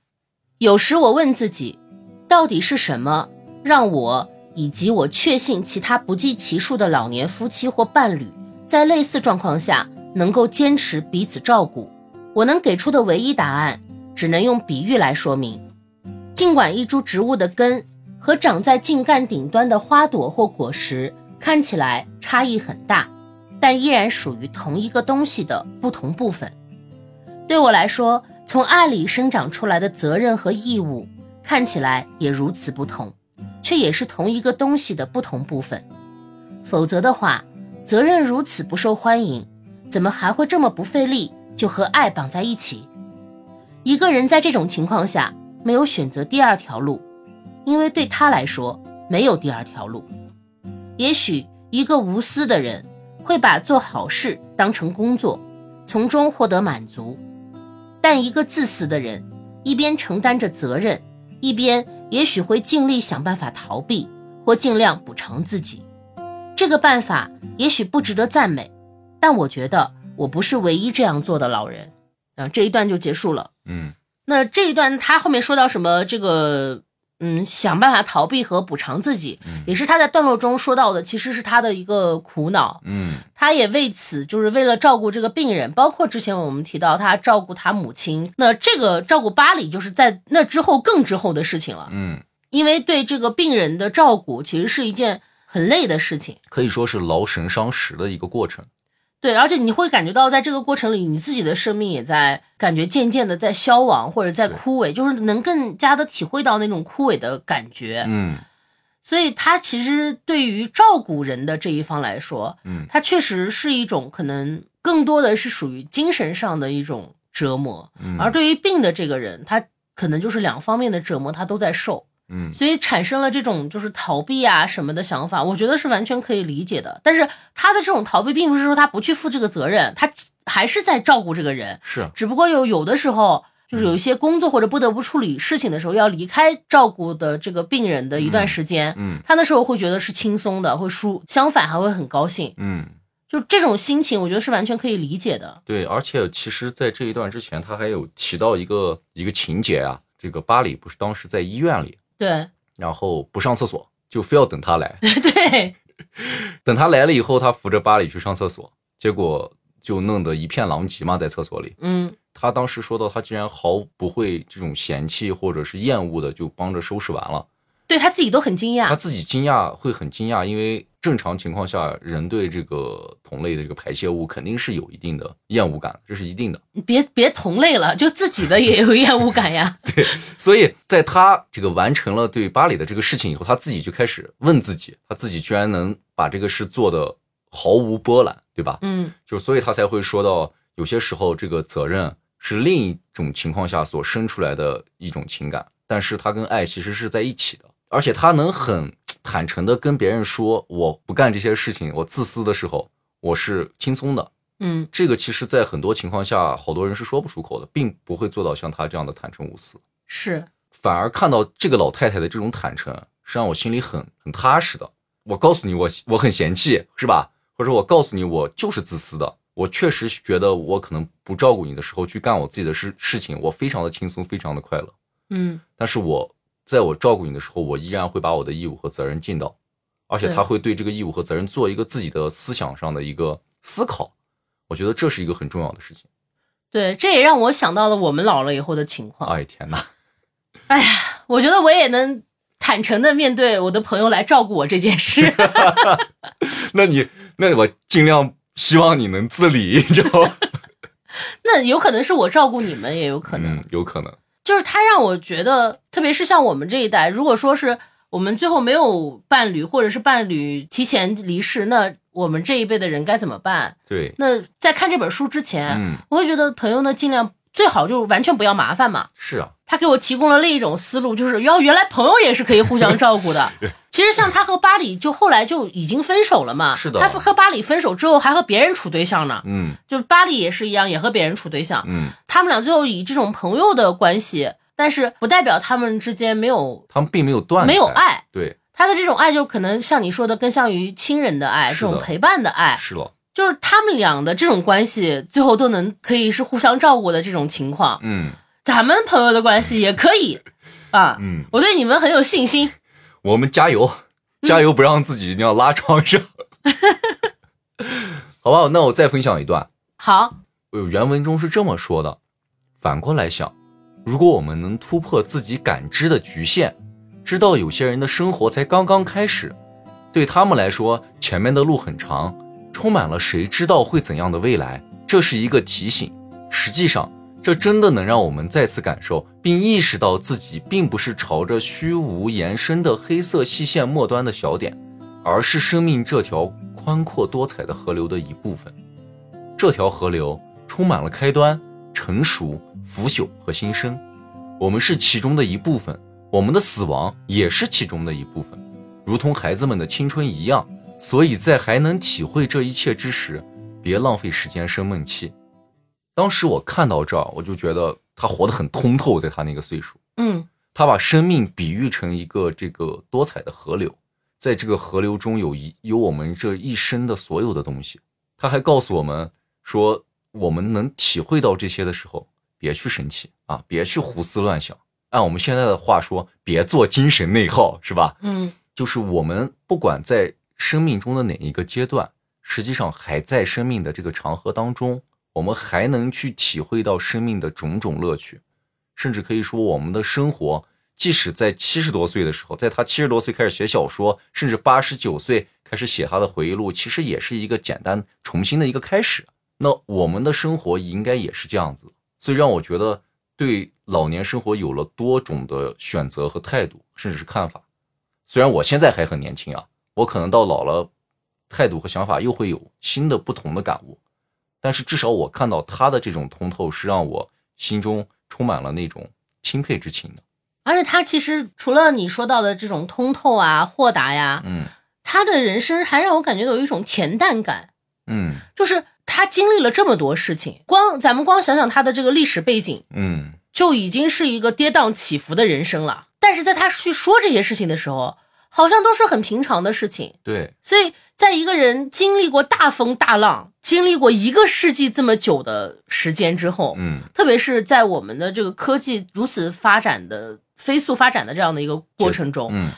有时我问自己，到底是什么让我以及我确信其他不计其数的老年夫妻或伴侣，在类似状况下能够坚持彼此照顾？我能给出的唯一答案，只能用比喻来说明。尽管一株植物的根和长在茎干顶端的花朵或果实看起来差异很大，但依然属于同一个东西的不同部分。对我来说，从爱里生长出来的责任和义务，看起来也如此不同，却也是同一个东西的不同部分。否则的话，责任如此不受欢迎，怎么还会这么不费力就和爱绑在一起？一个人在这种情况下没有选择第二条路，因为对他来说没有第二条路。也许一个无私的人会把做好事当成工作，从中获得满足。但一个自私的人，一边承担着责任，一边也许会尽力想办法逃避或尽量补偿自己。这个办法也许不值得赞美，但我觉得我不是唯一这样做的老人。啊，这一段就结束了。
嗯，
那这一段他后面说到什么？这个嗯，想办法逃避和补偿自己，
嗯
也是他在段落中说到的，其实是他的一个苦恼。
嗯，
他也为此就是为了照顾这个病人，包括之前我们提到他照顾他母亲，那这个照顾巴里就是在那之后更之后的事情了，
嗯，
因为对这个病人的照顾其实是一件很累的事情。
可以说是劳神伤时的一个过程。
对，而且你会感觉到，在这个过程里，你自己的生命也在感觉渐渐的在消亡或者在
对
枯萎，就是能更加的体会到那种枯萎的感觉。
嗯
所以，他其实对于照顾人的这一方来说，
嗯，
它确实是一种可能更多的是属于精神上的一种折磨，
嗯
而对于病的这个人，他可能就是两方面的折磨，他都在受，
嗯
所以产生了这种就是逃避啊什么的想法，我觉得是完全可以理解的。但是他的这种逃避，并不是说他不去负这个责任，他还是在照顾这个人，
是啊
只不过有有的时候。就是
嗯
有一些工作或者不得不处理事情的时候，要离开照顾的这个病人的一段时间，
嗯
他那时候会觉得是轻松的，会舒，相反还会很高兴。
嗯。
就这种心情，我觉得是完全可以理解的。
对，而且其实，在这一段之前，他还有提到一个一个情节啊，这个巴里不是当时在医院里，
对
然后不上厕所，就非要等他来，
对，
等他来了以后，他扶着巴里去上厕所，结果就弄得一片狼藉嘛，在厕所里。
嗯，
他当时说到，他竟然毫不会这种嫌弃或者是厌恶的，就帮着收拾完了。
对他自己都很惊
他
讶。
自己惊讶会很惊讶，因为正常情况下，人对这个同类的这个排泄物肯定是有一定的厌恶感，这是一定的。
别别同类了，就自己的也有厌恶感呀。
所以在他这个完成了对巴里的这个事情以后，他自己就开始问自己，他自己居然能把这个事做的毫无波澜，对吧？
嗯，
就所以他才会说到，有些时候这个责任是另一种情况下所生出来的一种情感，但是它跟爱其实是在一起的，而且他能很坦诚的跟别人说我不干这些事情，我自私的时候，我是轻松的。
嗯，
这个其实，在很多情况下，好多人是说不出口的，并不会做到像他这样的坦诚无私。
是，
反而看到这个老太太的这种坦诚，是让我心里很很踏实的。我告诉你我，我很嫌弃，是吧？或者我告诉你，我就是自私的。我确实觉得我可能不照顾你的时候，去干我自己的事事情，我非常的轻松，非常的快乐。
嗯，
但是我在我照顾你的时候，我依然会把我的义务和责任尽到，而且
对
他会对这个义务和责任做一个自己的思想上的一个思考。我觉得这是一个很重要的事情。
对，这也让我想到了我们老了以后的情况。
哎天哪，
我觉得我也能坦诚的面对我的朋友来照顾我这件 事。
那你那我尽量希望你能自理，你知道吗？
那有可能是我照顾你们，也有可能、
嗯、有可能。
就是他让我觉得，特别是像我们这一代，如果说是我们最后没有伴侣，或者是伴侣提前离世，那我们这一辈的人该怎么办？
对，
那在看这本书之前，
嗯，
我会觉得朋友呢，尽量最好就完全不要麻烦嘛。
是啊，
他给我提供了另一种思路，就是要原来朋友也是可以互相照顾 的。其实像他和巴里就后来就已经分手了嘛，
是的
他和巴里分手之后还和别人处对象呢，
嗯
就巴里也是一样，也和别人处对象。
嗯，
他们俩最后以这种朋友的关系，但是不代表他们之间没有
他们并没有啊断开，
没有，爱。
对，
他的这种爱就可能像你说的，更像于亲人的爱，这
是的
种陪伴的爱，
是了，
就是他们俩的这种关系，最后都能可以是互相照顾的这种情况。
嗯
咱们朋友的关系也可以啊，
嗯，
我对你们很有信心。
我们加油，加油，不让自己一定要拉床上。 好吧，那我再分享一段，
好，
呃原文中是这么说的：反过来想，如果我们能突破自己感知的局限，知道有些人的生活才刚刚开始，对他们来说，前面的路很长，充满了谁知道会怎样的未来，这是一个提醒。实际上，这真的能让我们再次感受并意识到自己并不是朝着虚无延伸的黑色细线末端的小点，而是生命这条宽阔多彩的河流的一部分。这条河流充满了开端、成熟、腐朽和新生。我们是其中的一部分，我们的死亡也是其中的一部分，如同孩子们的青春一样。所以在还能体会这一切之时，别浪费时间生闷气。当时我看到这儿，我就觉得他活得很通透，在他那个岁数。
嗯
他把生命比喻成一个这个多彩的河流，在这个河流中有一有我们这一生的所有的东西。他还告诉我们说，我们能体会到这些的时候，别去生气啊，别去胡思乱想。按我们现在的话说，别做精神内耗，是吧？
嗯，
就是我们不管在生命中的哪一个阶段，实际上还在生命的这个长河当中，我们还能去体会到生命的种种乐趣，甚至可以说，我们的生活，即使在七十多岁的时候，在他七十多岁开始写小说，甚至八十九岁开始写他的回忆录，其实也是一个简单重新的一个开始。那我们的生活应该也是这样子，所以让我觉得对老年生活有了多种的选择和态度，甚至是看法。虽然我现在还很年轻啊，我可能到老了，态度和想法又会有新的不同的感悟，但是至少我看到他的这种通透，是让我心中充满了那种钦佩之情的。
而且他其实除了你说到的这种通透啊、豁达呀，
嗯
他的人生还让我感觉到有一种恬淡感，
嗯
就是他经历了这么多事情，光咱们光想想他的这个历史背景，
嗯，
就已经是一个跌宕起伏的人生了。但是在他去说这些事情的时候，好像都是很平常的事情。
对，
所以，在一个人经历过大风大浪，经历过一个世纪这么久的时间之后，
嗯，
特别是在我们的这个科技如此发展的飞速发展的这样的一个过程中，
嗯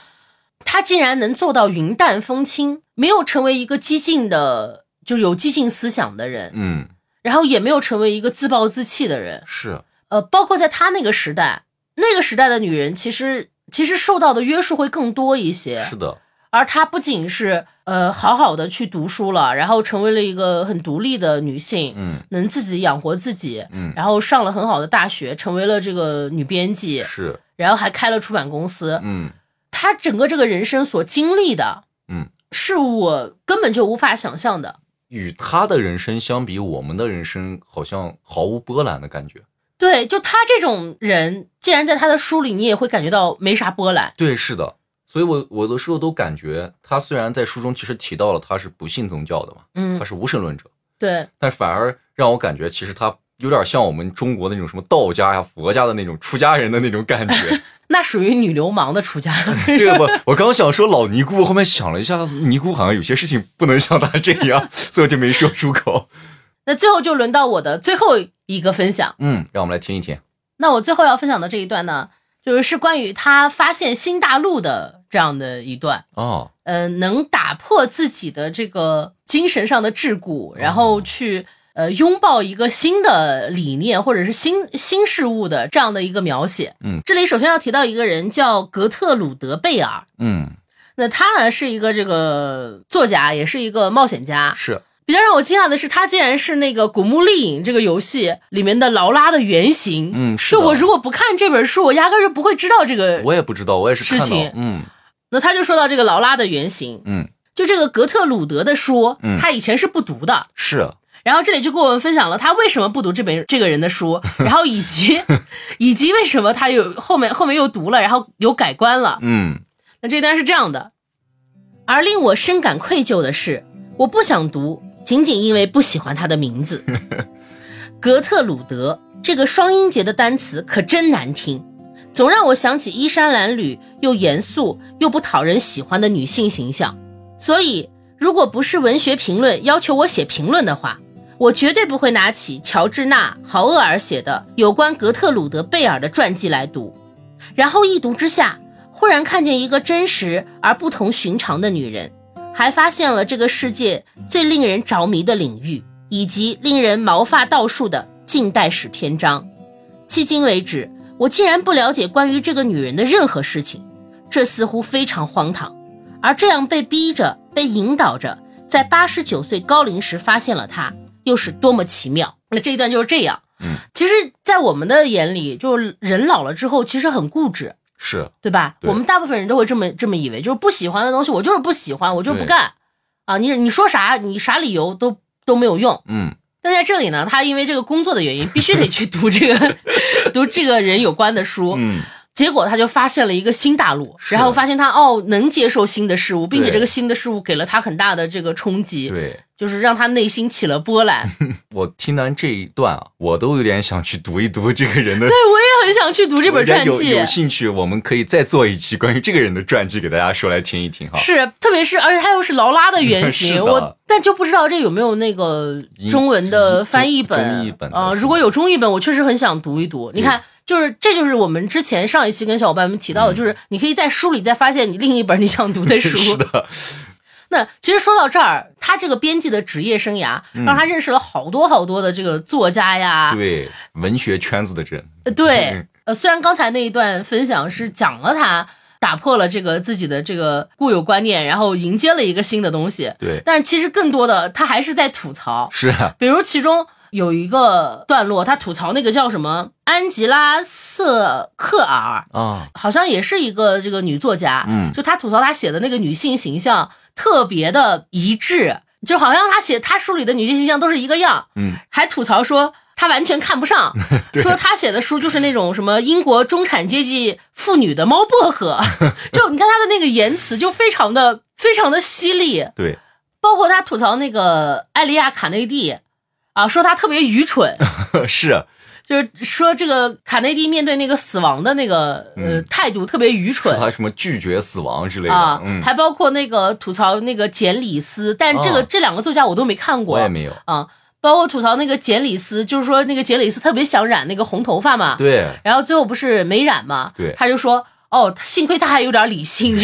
他竟然能做到云淡风轻，没有成为一个激进的，就是有激进思想的人，
嗯，
然后也没有成为一个自暴自弃的人。
是，
呃，包括在他那个时代，那个时代的女人其实其实受到的约束会更多一些，
是的，
而她不仅是呃好好的去读书了，然后成为了一个很独立的女性，
嗯
能自己养活自己，
嗯，
然后上了很好的大学，成为了这个女编辑，
是，
然后还开了出版公司。
嗯
她整个这个人生所经历的，
嗯，
是我根本就无法想象的。
与他的人生相比，我们的人生好像毫无波澜的感觉。
对，就她这种人，竟然在她的书里，你也会感觉到没啥波澜。
对，是的，所以我我有的时候都感觉，他虽然在书中其实提到了他是不信宗教的嘛，他
嗯，
是无神论者，
对，
但反而让我感觉，其实他有点像我们中国的那种什么道家呀、佛家的那种出家人的那种感觉。
那属于女流氓的出家
这个我我刚想说老尼姑，后面想了一下，尼姑好像有些事情不能像他这样，所以我就没说出口。
那最后就轮到我的最后一个分享。
嗯，让我们来听一听。
那我最后要分享的这一段呢，就是是关于他发现新大陆的这样的一段。
哦，
呃，能打破自己的这个精神上的桎梏，然
哦
后去呃拥抱一个新的理念或者是新新事物的这样的一个描写。
嗯，
这里首先要提到一个人叫格特鲁德·贝尔，
嗯，
那他呢是一个这个作家，也是一个冒险家。
是，
比较让我惊讶的是，他竟然是那个《古墓丽影》这个游戏里面的劳拉的原型。
嗯，是
就
的。
我如果不看这本书，我压根儿就不会知道这个。
我也不知道，我也是看
事情
到，嗯
那他就说到这个劳拉的原型，
嗯，
就这个格特鲁德的书
嗯，
他以前是不读的，
是，
然后这里就给我们分享了他为什么不读这本这个人的书，然后以及 以及为什么他有后面后面又读了，然后有改观了。
嗯
那这段是这样的，而令我深感愧疚的是，我不想读，仅仅因为不喜欢他的名字。格特鲁德这个双音节的单词可真难听，总让我想起衣衫褴褛又严肃又不讨人喜欢的女性形象。所以，如果不是文学评论要求我写评论的话，我绝对不会拿起乔治娜·豪厄尔写的有关格特鲁德·贝尔的传记来读。然后一读之下，忽然看见一个真实而不同寻常的女人，还发现了这个世界最令人着迷的领域，以及令人毛发倒竖的近代史篇章。迄今为止，我竟然不了解关于这个女人的任何事情，这似乎非常荒唐。而这样被逼着、被引导着，在八十九岁高龄时发现了她，又是多么奇妙！那这一段就是这样。
嗯，
其实，在我们的眼里，就是人老了之后，其实很固执。
是，
对吧？
对
我们大部分人都会这么这么以为，就是不喜欢的东西，我就是不喜欢，我就是不
对
干啊！你你说啥，你啥理由都都没有用。
嗯
但在这里呢，他因为这个工作的原因，必须得去读这 个读这个人有关的书。
嗯
结果他就发现了一个新大陆，
是
然后发现他哦能接受新的事物，并且
对
这个新的事物给了他很大的这个冲击，
对。
就是让他内心起了波澜。
我听完这一段啊，我都有点想去读一读这个人的
对，我也很想去读这本传
有
记
有，兴趣，我们可以再做一期关于这个人的传记，给大家说来听一听哈。
是，特别是而且它又是劳拉的原
啊 是
型，
的
我但就不知道这有没有那个
英
中文的
中
翻译本
中译本的
啊、
是吗
如果有中译本，我确实很想读一读。你
对
看，就是这就是我们之前上一期跟小伙伴们提到的，就是你可以在书里再发现你另一本你想读的书。
嗯 是的，
那其实说到这儿，他这个编辑的职业生涯，让他认识了好多好多的这个作家呀，
嗯对文学圈子的人，
呃，对
嗯，
呃，虽然刚才那一段分享是讲了他打破了这个自己的这个固有观念，然后迎接了一个新的东西，
对，
但其实更多的他还是在吐槽，
是啊，
比如其中有一个段落，他吐槽那个叫什么安吉拉·瑟克尔，
啊，
好像也是一个这个女作家，
嗯
就她吐槽她写的那个女性形象特别的一致，就好像她写她书里的女性形象都是一个样，
嗯，
还吐槽说她完全看不 上，说她写的书就是那种什么英国中产阶级妇女的猫薄荷， 就你看她的那个言辞就非常的非常的犀利，
对，
包括他吐槽那个艾利亚卡内蒂，啊，说他特别愚 蠢，
是啊
就是说这个卡内蒂面对那个死亡的那个呃
嗯
态度特别愚
说
蠢
他什么拒绝死亡之类
啊
的，，嗯，
还包括那个吐槽那个简里斯，但这个
啊
这两个作家我都没看过
我也没有，
啊，包括吐槽那个简里斯，就是说那个简里斯特别想染那个红头发嘛，
对，
然后最后不是没染嘛，
对
他就说哦，幸亏他还有点理 性，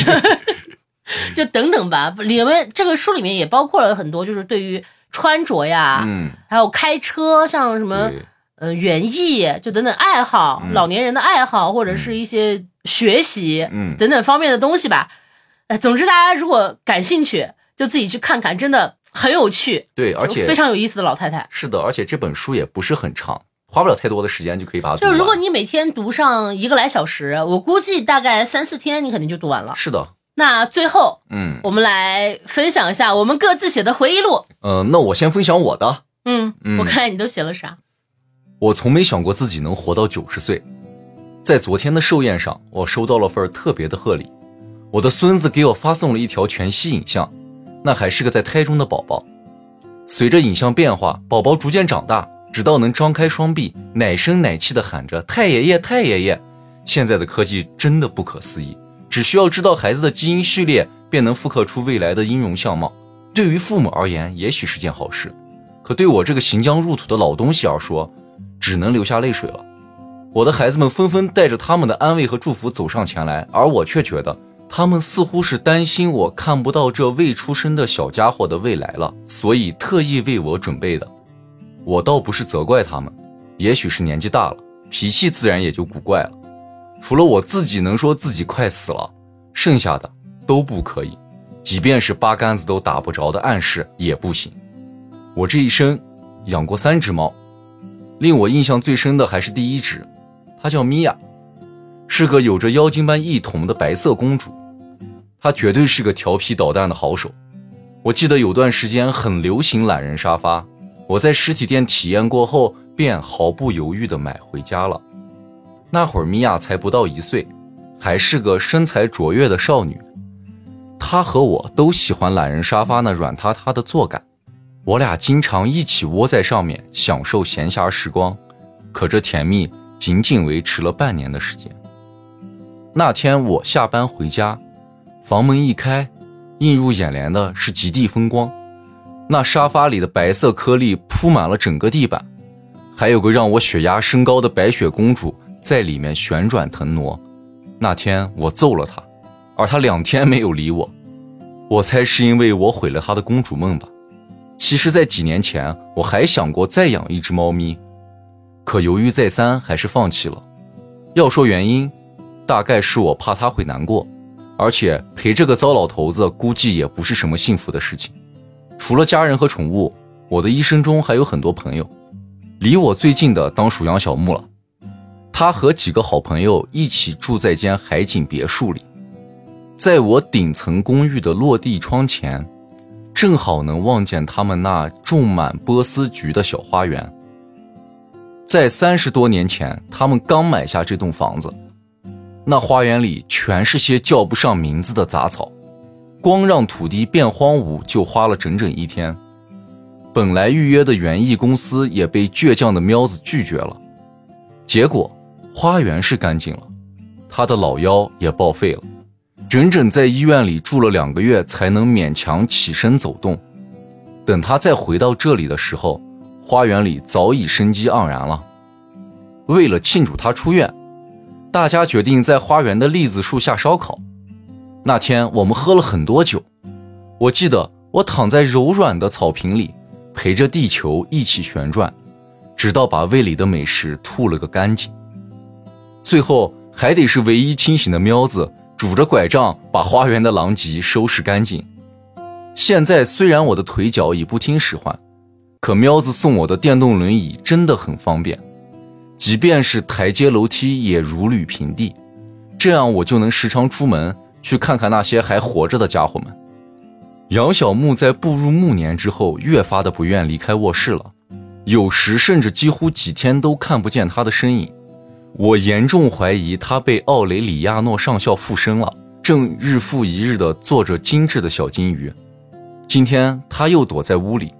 就等等吧。里面这个书里面也包括了很多，就是对于穿着呀，
嗯，
还有开车，像什么
对，
呃园艺，就等等爱好，
嗯
老年人的爱好或者是一些学习、
嗯，
等等方面的东西吧。哎，总之大家如果感兴趣，就自己去看看，真的很有趣，
对，而
就
且
非常有意思的老太太。
是的，而且这本书也不是很长，花不了太多的时间就可以把它读
就
完。
如果你每天读上一个来小时，我估计大概三四天你肯定就读完了。
是的，
那最后
嗯
我们来分享一下我们各自写的回忆录。
呃，那我先分享我的，
嗯，
嗯
我看你都写了啥？
我从没想过自己能活到九十岁。在昨天的寿宴上，我收到了份儿特别的贺礼，我的孙子给我发送了一条全息影像，那还是个在胎中的宝宝。随着影像变化，宝宝逐渐长大，直到能张开双臂，奶声奶气地喊着“太爷爷，太爷爷”。现在的科技真的不可思议，只需要知道孩子的基因序列，便能复刻出未来的音容相貌。对于父母而言，也许是件好事，可对我这个行将入土的老东西而说，只能流下泪水了。我的孩子们纷纷带着他们的安慰和祝福走上前来，而我却觉得他们似乎是担心我看不到这未出生的小家伙的未来了，所以特意为我准备的。我倒不是责怪他们，也许是年纪大了，脾气自然也就古怪了。除了我自己能说自己快死了，剩下的都不可以，即便是八竿子都打不着的暗示也不行。我这一生养过三只猫，令我印象最深的还是第一只，她叫米娅，是个有着妖精般异瞳的白色公主，她绝对是个调皮捣蛋的好手。我记得有段时间很流行懒人沙发，我在实体店体验过后，便毫不犹豫地买回家了。那会儿米娅才不到一岁，还是个身材卓越的少女。她和我都喜欢懒人沙发那软塌塌的坐感，我俩经常一起窝在上面享受闲暇时光。可这甜蜜仅仅维持了半年的时间。那天我下班回家，房门一开，映入眼帘的是极地风光。那沙发里的白色颗粒铺满了整个地板，还有个让我血压升高的白雪公主在里面旋转腾挪。那天我揍了她，而她两天没有理我。我猜是因为我毁了她的公主梦吧。其实，在几年前，我还想过再养一只猫咪，可犹豫再三，还是放弃了。要说原因，大概是我怕它会难过，而且陪这个糟老头子估计也不是什么幸福的事情。除了家人和宠物，我的一生中还有很多朋友，离我最近的当属杨小木了。他和几个好朋友一起住在间海景别墅里，在我顶层公寓的落地窗前，正好能望见他们那种满波斯菊的小花园。在三十多年前，他们刚买下这栋房子，那花园里全是些叫不上名字的杂草，光让土地变荒芜就花了整整一天。本来预约的园艺公司也被倔强的喵子拒绝了，结果花园是干净了，他的老腰也报废了，整整在医院里住了两个月才能勉强起身走动。等他再回到这里的时候，花园里早已生机盎然了。为了庆祝他出院，大家决定在花园的栗子树下烧烤。那天我们喝了很多酒，我记得我躺在柔软的草坪里，陪着地球一起旋转，直到把胃里的美食吐了个干净。最后还得是唯一清醒的喵子拄着拐杖把花园的狼藉收拾干净。现在虽然我的腿脚已不听使唤，可喵子送我的电动轮椅真的很方便，即便是台阶楼梯也如履平地，这样我就能时常出门去看看那些还活着的家伙们。杨小木在步入暮年之后，越发的不愿离开卧室了，有时甚至几乎几天都看不见他的身影。我严重怀疑他被奥雷里亚诺上校附身了，正日复一日的做着精致的小金鱼。今天他又躲在屋里，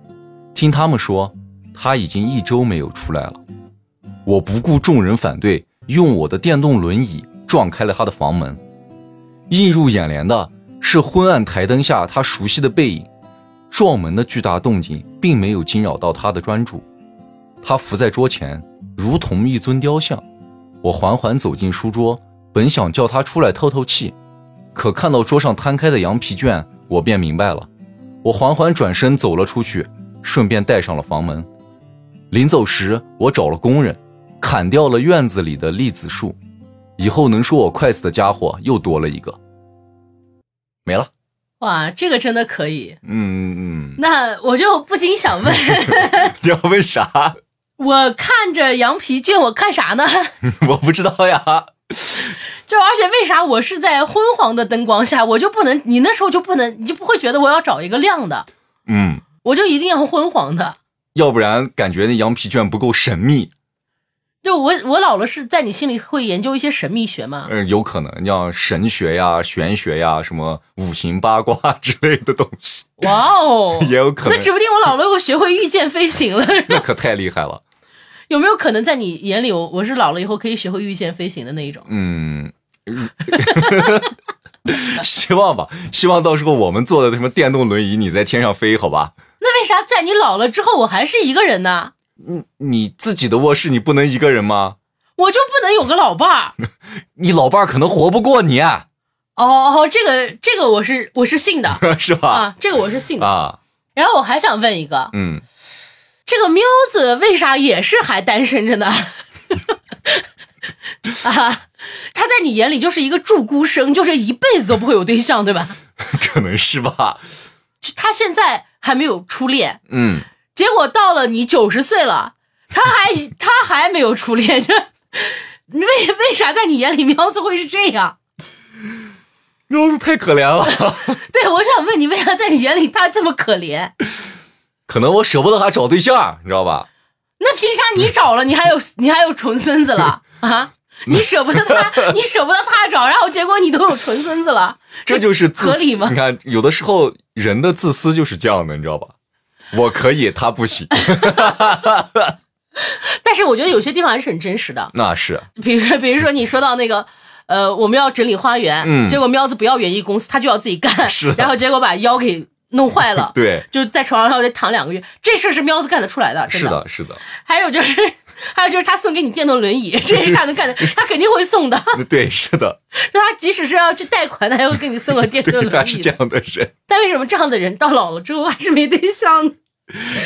听他们说，他已经一周没有出来了。我不顾众人反对，用我的电动轮椅撞开了他的房门。映入眼帘的是昏暗台灯下他熟悉的背影，撞门的巨大动静并没有惊扰到他的专注。他伏在桌前，如同一尊雕像。我缓缓走进书桌，本想叫他出来透透气，可看到桌上摊开的羊皮卷，我便明白了。我缓缓转身走了出去，顺便带上了房门。临走时，我找了工人，砍掉了院子里的栗子树。以后能说我快死的家伙又多了一个，没了。
哇，这个真的可以。
嗯嗯，嗯
那我就不禁想问，
你要问啥？
我看着羊皮卷，我看啥呢？
我不知道呀。
就而且为啥我是在昏黄的灯光下，我就不能，你那时候就不能，你就不会觉得我要找一个亮的，
嗯，
我就一定要昏黄的。
要不然感觉那羊皮卷不够神秘。
就我我老了是在你心里会研究一些神秘学 吗？
呃，有可能像神学呀、玄学呀、什么五行八卦 之类的东西，
哇哦，
也有可能
那。指不定我老了我学会御剑飞行了。
那可太厉害了。
有没有可能在你眼里，我我是老了以后可以学会御剑飞行的那一种？
嗯， 希望吧，希望到时候我们坐的什么电动轮椅，你在天上飞，好吧？
那为啥在你老了之后，我还是一个人呢？
你自己的卧室你不能一个人吗？
我就不能有个老伴 儿？
你老伴儿可能活不过你、啊，
哦哦，这个这个我是我是信的
是吧？
啊，这个我是信的。
啊，
然后我还想问一个，
嗯，
这个喵子为啥也是还单身着呢？ 啊，他在你眼里就是一个注孤生，就是一辈子都不会有对象，对吧？
可能是吧。
他现在还没有初恋，
嗯，
结果到了你九十岁了，他还他还没有初恋，这为为啥在你眼里喵子会是这样？
喵子太可怜了，
对我想问你，为啥在你眼里他这么可怜？
可能我舍不得他找对象，你知道吧？
那凭啥你找了，你还有你还有纯孙子了啊？你舍不得 他，你舍不得他找，然后结果你都有纯孙子了，
这就是自私
合理吗
你看，有的时候人的自私就是这样的，你知道吧？我可以，他不行，
但是我觉得有些地方还是很真实的，
那是
比如说比如说你说到那个。呃，我们要整理花园，
嗯
结果喵子不要园艺公司，他就要自己干，
是的
然后结果把腰给弄坏了，
对，
就在床上得躺两个月，这事儿是喵子干得出来 的，真
是的，是的，
还有就是，还有就是他送给你电动轮椅，这也是他能 干的，他肯定会送的。
对，是的，
就他即使是要去贷款，他也会给你送个电动
对，他
轮
是
椅
这
的。
样的人。
但为什么这样的人到老了之后还是没对象呢？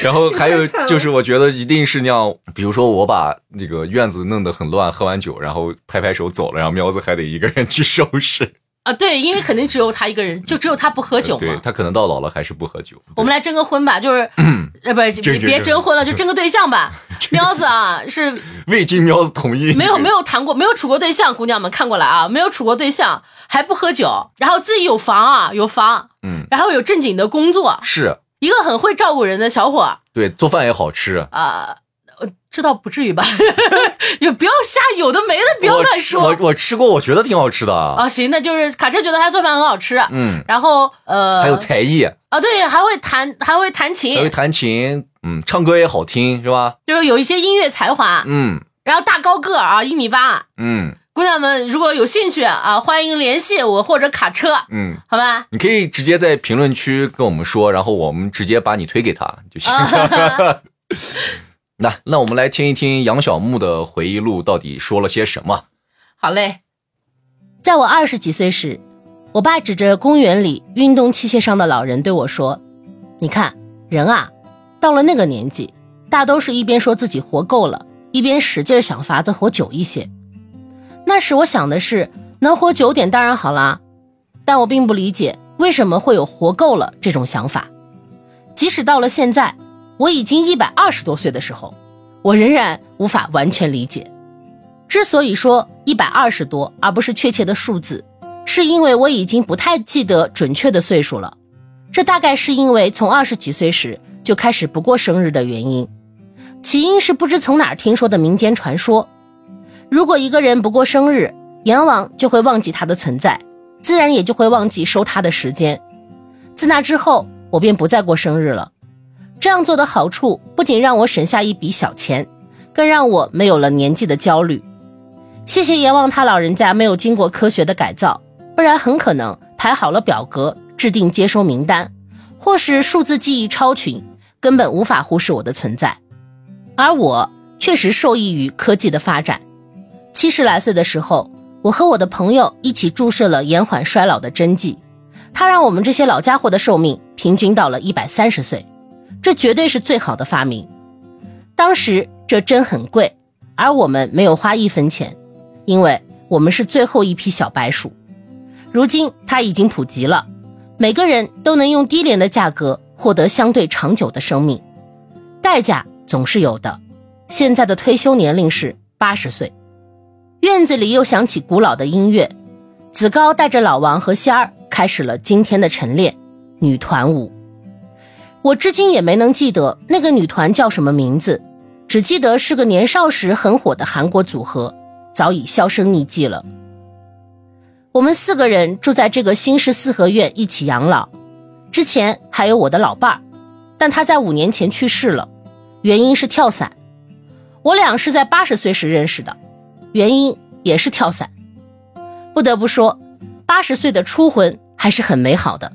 然后还有
太惨了
就是，我觉得一定是那样，比如说我把这个院子弄得很乱，喝完酒，然后拍拍手走了，然后喵子还得一个人去收拾。
啊，对，因为肯定只有他一个 人，就只有他不喝酒
对
嘛。
他可能到老了还是不喝酒。
我们来征个婚吧，就是，
嗯
呃，不是，
征
别
征
别
征
征婚了，就征个对象 吧。喵子啊，是
未经喵子同意，
没 有没有谈过，没有处过对象，姑娘们看过来啊，没有处过对象，还不喝酒，然后自己有房啊，有房，
嗯，
然后有正经的工作，
是
一个很会照顾人的小伙儿
对做饭也好吃。
啊、呃，这倒不至于吧， 也不要瞎有的没的，不要
我
乱
吃我
说
我吃过，我觉得挺好吃的啊。
啊。行，那就是卡车觉得他做饭很好吃，
嗯，
然后呃，
还有才艺，
啊，对，还会弹，还会弹琴
还，会弹琴，嗯，唱歌也好听，是吧？
就是有一些音乐才华，
嗯
然后大高个儿啊，一米八。
嗯
姑娘们，如果有兴趣啊，欢迎联系我或者卡车，
嗯，
好吧？
你可以直接在评论区跟我们说，然后我们直接把你推给他就行。
啊，
那那我们来听一听杨小木的回忆录到底说了些什么。
好嘞。在我二十几岁时，我爸指着公园里运动器械上的老人对我说：“你看，人啊，到了那个年纪，大都是一边说自己活够了，一边使劲想法子活久一些。那时我想的是，能活久点当然好啦，但我并不理解为什么会有活够了这种想法。即使到了现在，我已经一百二十多岁的时候，我仍然无法完全理解。之所以说一百二十多，而不是确切的数字，是因为我已经不太记得准确的岁数了。这大概是因为从二十几岁时就开始不过生日的原因。起因是不知从哪儿听说的民间传说：如果一个人不过生日，阎王就会忘记他的存在，自然也就会忘记收他的时间。自那之后，我便不再过生日了。这样做的好处不仅让我省下一笔小钱，更让我没有了年纪的焦虑。谢谢阎王他老人家没有经过科学的改造，不然很可能排好了表格，制定接收名单，或是数字记忆超群，根本无法忽视我的存在。而我确实受益于科技的发展。七十来岁的时候，我和我的朋友一起注射了延缓衰老的针剂，它让我们这些老家伙的寿命平均到了一百三十岁，这绝对是最好的发明。当时这针很贵，而我们没有花一分钱，因为我们是最后一批小白鼠。如今它已经普及了，每个人都能用低廉的价格获得相对长久的生命，代价总是有的。现在的退休年龄是八十岁。院子里又响起古老的音乐，子高带着老王和仙儿开始了今天的晨练——女团舞。我至今也没能记得那个女团叫什么名字，只记得是个年少时很火的韩国组合，早已销声匿迹了。我们四个人住在这个新式四合院一起养老，之前还有我的老伴儿，但他在五年前去世了，原因是跳伞。我俩是在八十岁时认识的，原因也是跳伞。不得不说，八十岁的初婚还是很美好的。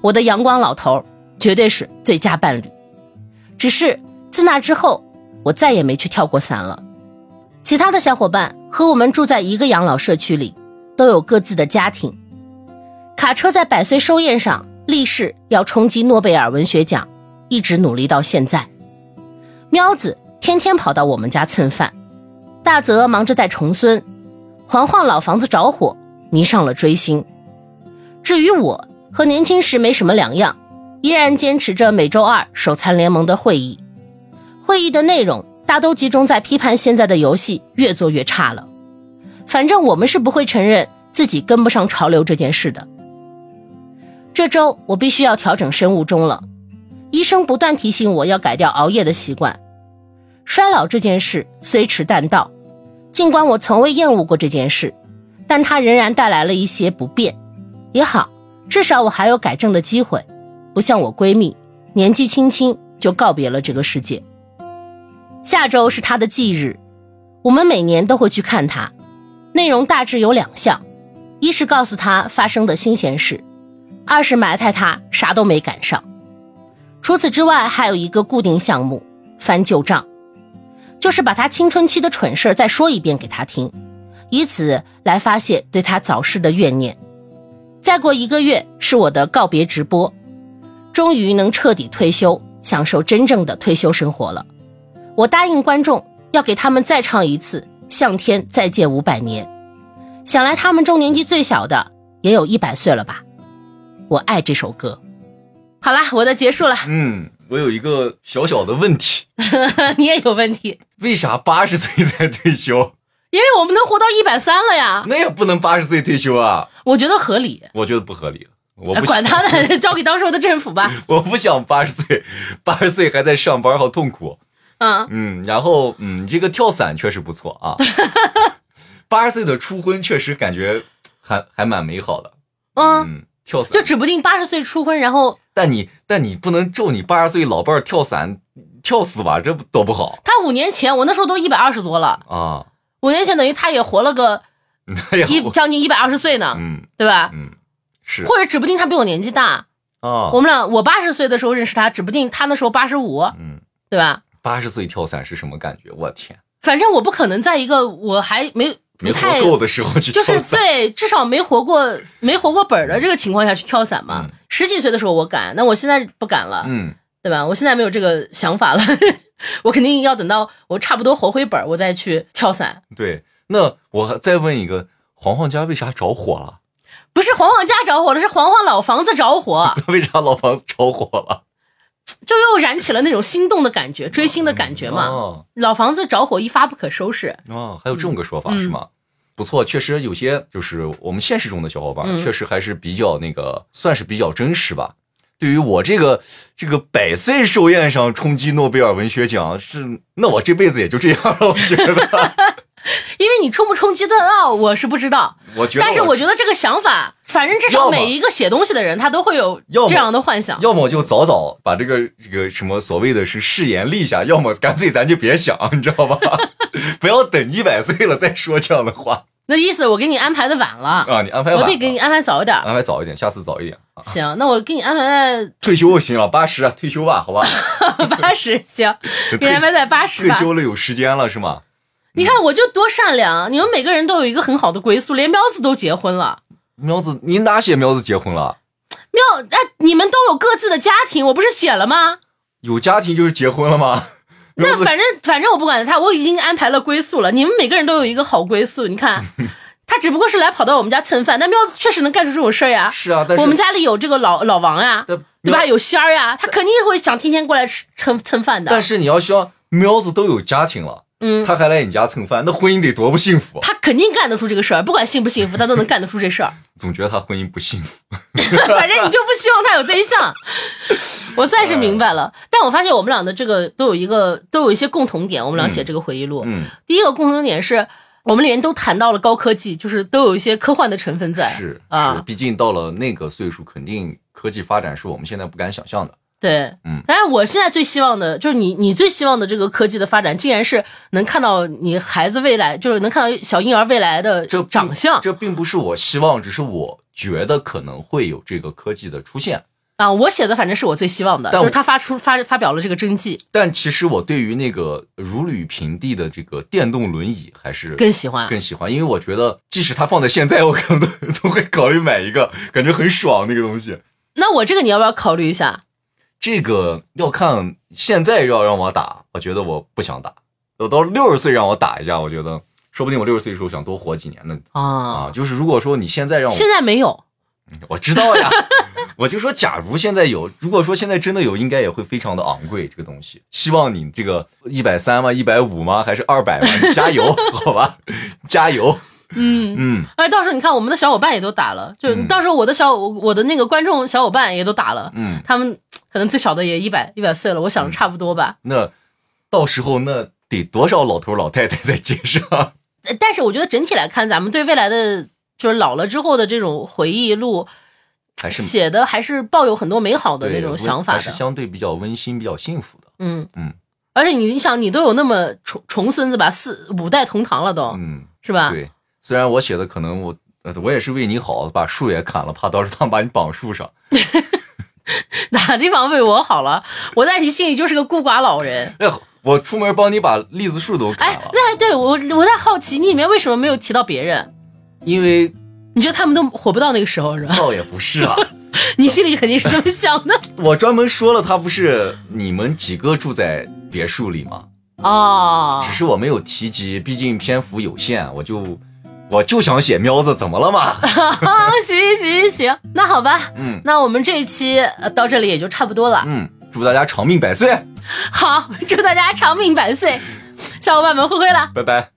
我的阳光老头儿绝对是最佳伴侣。只是自那之后，我再也没去跳过伞了。其他的小伙伴和我们住在一个养老社区里，都有各自的家庭。卡车在百岁寿宴上立誓要冲击诺贝尔文学奖，一直努力到现在。喵子天天跑到我们家蹭饭，大泽忙着带重孙，黄晃老房子着火，迷上了追星。至于我，和年轻时没什么两样，依然坚持着每周二手残联盟的会议。会议的内容大都集中在批判现在的游戏越做越差了。反正我们是不会承认自己跟不上潮流这件事的。这周我必须要调整生物钟了，医生不断提醒我要改掉熬夜的习惯。衰老这件事虽迟但到，尽管我从未厌恶过这件事，但它仍然带来了一些不便。也好，至少我还有改正的机会，不像我闺蜜年纪轻轻就告别了这个世界。下周是她的忌日，我们每年都会去看她，内容大致有两项：一是告诉她发生的新鲜事，二是埋汰她啥都没赶上。除此之外，还有一个固定项目——翻旧账，就是把她青春期的蠢事儿再说一遍给她听，以此来发泄对她早逝的怨念。再过一个月是我的告别直播，终于能彻底退休，享受真正的退休生活了。我答应观众要给他们再唱一次《向天再借五百年》，想来他们中年纪最小的也有一百岁了吧。我爱这首歌。好啦，我的结束了，
嗯，我有一个小小的问题，
你也有问题，
为啥八十岁才 退休？
因为我们能活到一百三了呀，
那也不能八十岁退休啊！
我觉得合理。
我觉得不合理，我
哎
不
管
想，
他的，交给到时候的政府吧。
我不想八十岁，八十岁还在上班，好痛苦。啊
嗯，
嗯，然后嗯，这个跳伞确实不错啊。 八十岁的初婚确实感觉还还蛮美好的。
嗯，
嗯，跳伞
就，指不定八十岁初婚，然后
但你但你不能咒你八十岁老伴儿跳伞跳死吧，这不多不好
他五年前，我那时候都一百二十多了，
啊。
五年前等于他也活了个
哎呀，
一
我
将近一百二十岁呢，
嗯
对吧？
嗯是
或者指不定他比我年纪大，
啊
我，们俩我八十岁的时候认识他，指不定他那时候八十五，
嗯，
对吧？
八十岁跳伞是什么感觉？我天，
反正我不可能在一个我还没不
没
太
活够的时候去
就
跳
是
伞。
对，至少没活过没活过本儿的这个情况下去跳伞嘛。
嗯
十几岁的时候我敢，那我现在不敢了，
嗯，
对吧？我现在没有这个想法了， 我肯定要等到我差不多活回本儿，我再去跳伞。
对。那我再问一个，黄黄家为啥着火了？
不是黄黄家着火了，是黄黄老房子着 火，
为啥老房子着火了？
就又燃起了那种心动的感觉、追星的感觉嘛。
哦
老房子着火一发不可收拾，
哦，还有这么个说法、
嗯
是吗？不错，确实有些就是我们现实中的小伙伴，
嗯
确实还是比较那个，算是比较真实吧。对于我这个这个百岁寿宴上冲击诺贝尔文学奖，是那我这辈子也就这样了。我 觉得，
因为你冲不冲击得到，我是不知道。
我觉得，
但是我觉得这个想法，反正至少
要么
每一个写东西的人，他都会有
要么
这样的幻想。
要么就早早把这个这个什么所谓的是誓言立下，要么干脆咱就别想，你知道吧？ 不要等一百岁了再说这样的话
那意思我给你安排的晚了，
啊！你安排
我
晚了，
得给你安排早一点。
安排早一点，下次早一点啊。
行，那我给你安排
退休就行了，八十啊，退休吧，好吧，
在八十，行，给你安排在八十
退
吧。
休了有时间了是吗？
你
嗯
看我就多善良，你们每个人都有一个很好的归宿，连喵子都结婚了。
苗子，你哪写苗子结婚了？
喵，哎，你们都有各自的家庭，我不是写了吗？
有家庭就是结婚了吗？ 苗
那
子，
反正反正我不管他，我已经安排了归宿了。你们每个人都有一个好归宿，你 看，他只不过是来跑到我们家蹭饭，但喵子确实能干出这种事儿呀。
是啊，但是
我们家里有这个老老王呀、
但
对吧？？有仙儿呀，他肯定会想天天过来吃蹭蹭饭的。
但是你要想，苗子都有家庭了，
嗯，
他还来你家蹭饭，那婚姻得多不幸福啊！
他肯定干得出这个事儿，不管幸不幸福，他都能干得出这事 儿。
总觉得他婚姻不幸福。
反正你就不希望他有对象。 我算是明白了，但我发现我们俩的这个都有一个都有一些共同点。我们俩写这个回忆录，
嗯，
第一个共同点是我们里面都谈到了高科技，就是都有一些科幻的成分在。
是是，
啊，
毕竟到了那个岁数，肯定科技发展是我们现在不敢想象的。
对，
嗯
但是我现在最希望的就是你，你最希望的这个科技的发展，竟然是能看到你孩子未来，就是能看到小婴儿未来的
这并
长相
这并不是我希望，只是我觉得可能会有这个科技的出现。
啊！我写的反正是我最希望的，
但
就
我
是他发出发发表了这个真迹，
但其实我对于那个如履平地的这个电动轮椅还是
更喜欢。
更喜欢，因为我觉得即使它放在现在，我可能都都会考虑买一个，感觉很爽那个东西。
那我这个你要不要考虑一下？
这个要看现在要让我打，我觉得我不想打。我到六十岁让我打一架，我觉得说不定我六十岁的时候想多活几年呢。啊，
啊，
就是如果说你现在让我
现，在没有。
我知道呀，我就说假如现在有，如果说现在真的有，应该也会非常的昂贵这个东西。希望你这个一百三吗？一百五吗？还是二百吗？你加油，好吧，加油。
嗯，
嗯，
哎，到时候你看我们的小伙伴也都打了，就
嗯
到时候我的小我我的那个观众小伙伴也都打了，
嗯，
他们可能最小的也一百一百岁了，我想差不多吧。
那到时候那得多少老头老太太在街 上？
呃但是我觉得整体来看，咱们对未来的就是老了之后的这种回忆录，
还是
写的还是抱有很多美好的那种
对
想法
还是
的。
相对比较温馨、比较幸福的。
嗯
嗯，
而且你你想，你都有那么重重孙子吧，四五代同堂了都，
嗯，
是吧？
对。虽然我写的可能我呃我也是为你好，把树也砍了，怕到时候他们把你绑树上。
哪地方为我好了？我在你心里就是个孤寡老 人。
哎，我出门帮你把栗子树都砍
哎
了，，
那对我我在好奇，你里面为什么没有提到别人？
因为
你觉得他们都活不到那个时候是吧？
倒也不是啊，
你心里肯定是这么想的
我专门说了，他不是你们几个住在别墅里吗？
哦
只是我没有提及，毕竟篇幅有限，我就我就想写喵子，怎么了嘛？
啊， 行行行，那好吧，
嗯
那我们这一期呃到这里也就差不多了。
嗯，祝大家长命百岁，
好，祝大家长命百岁，小伙伴们挥挥啦。
拜拜。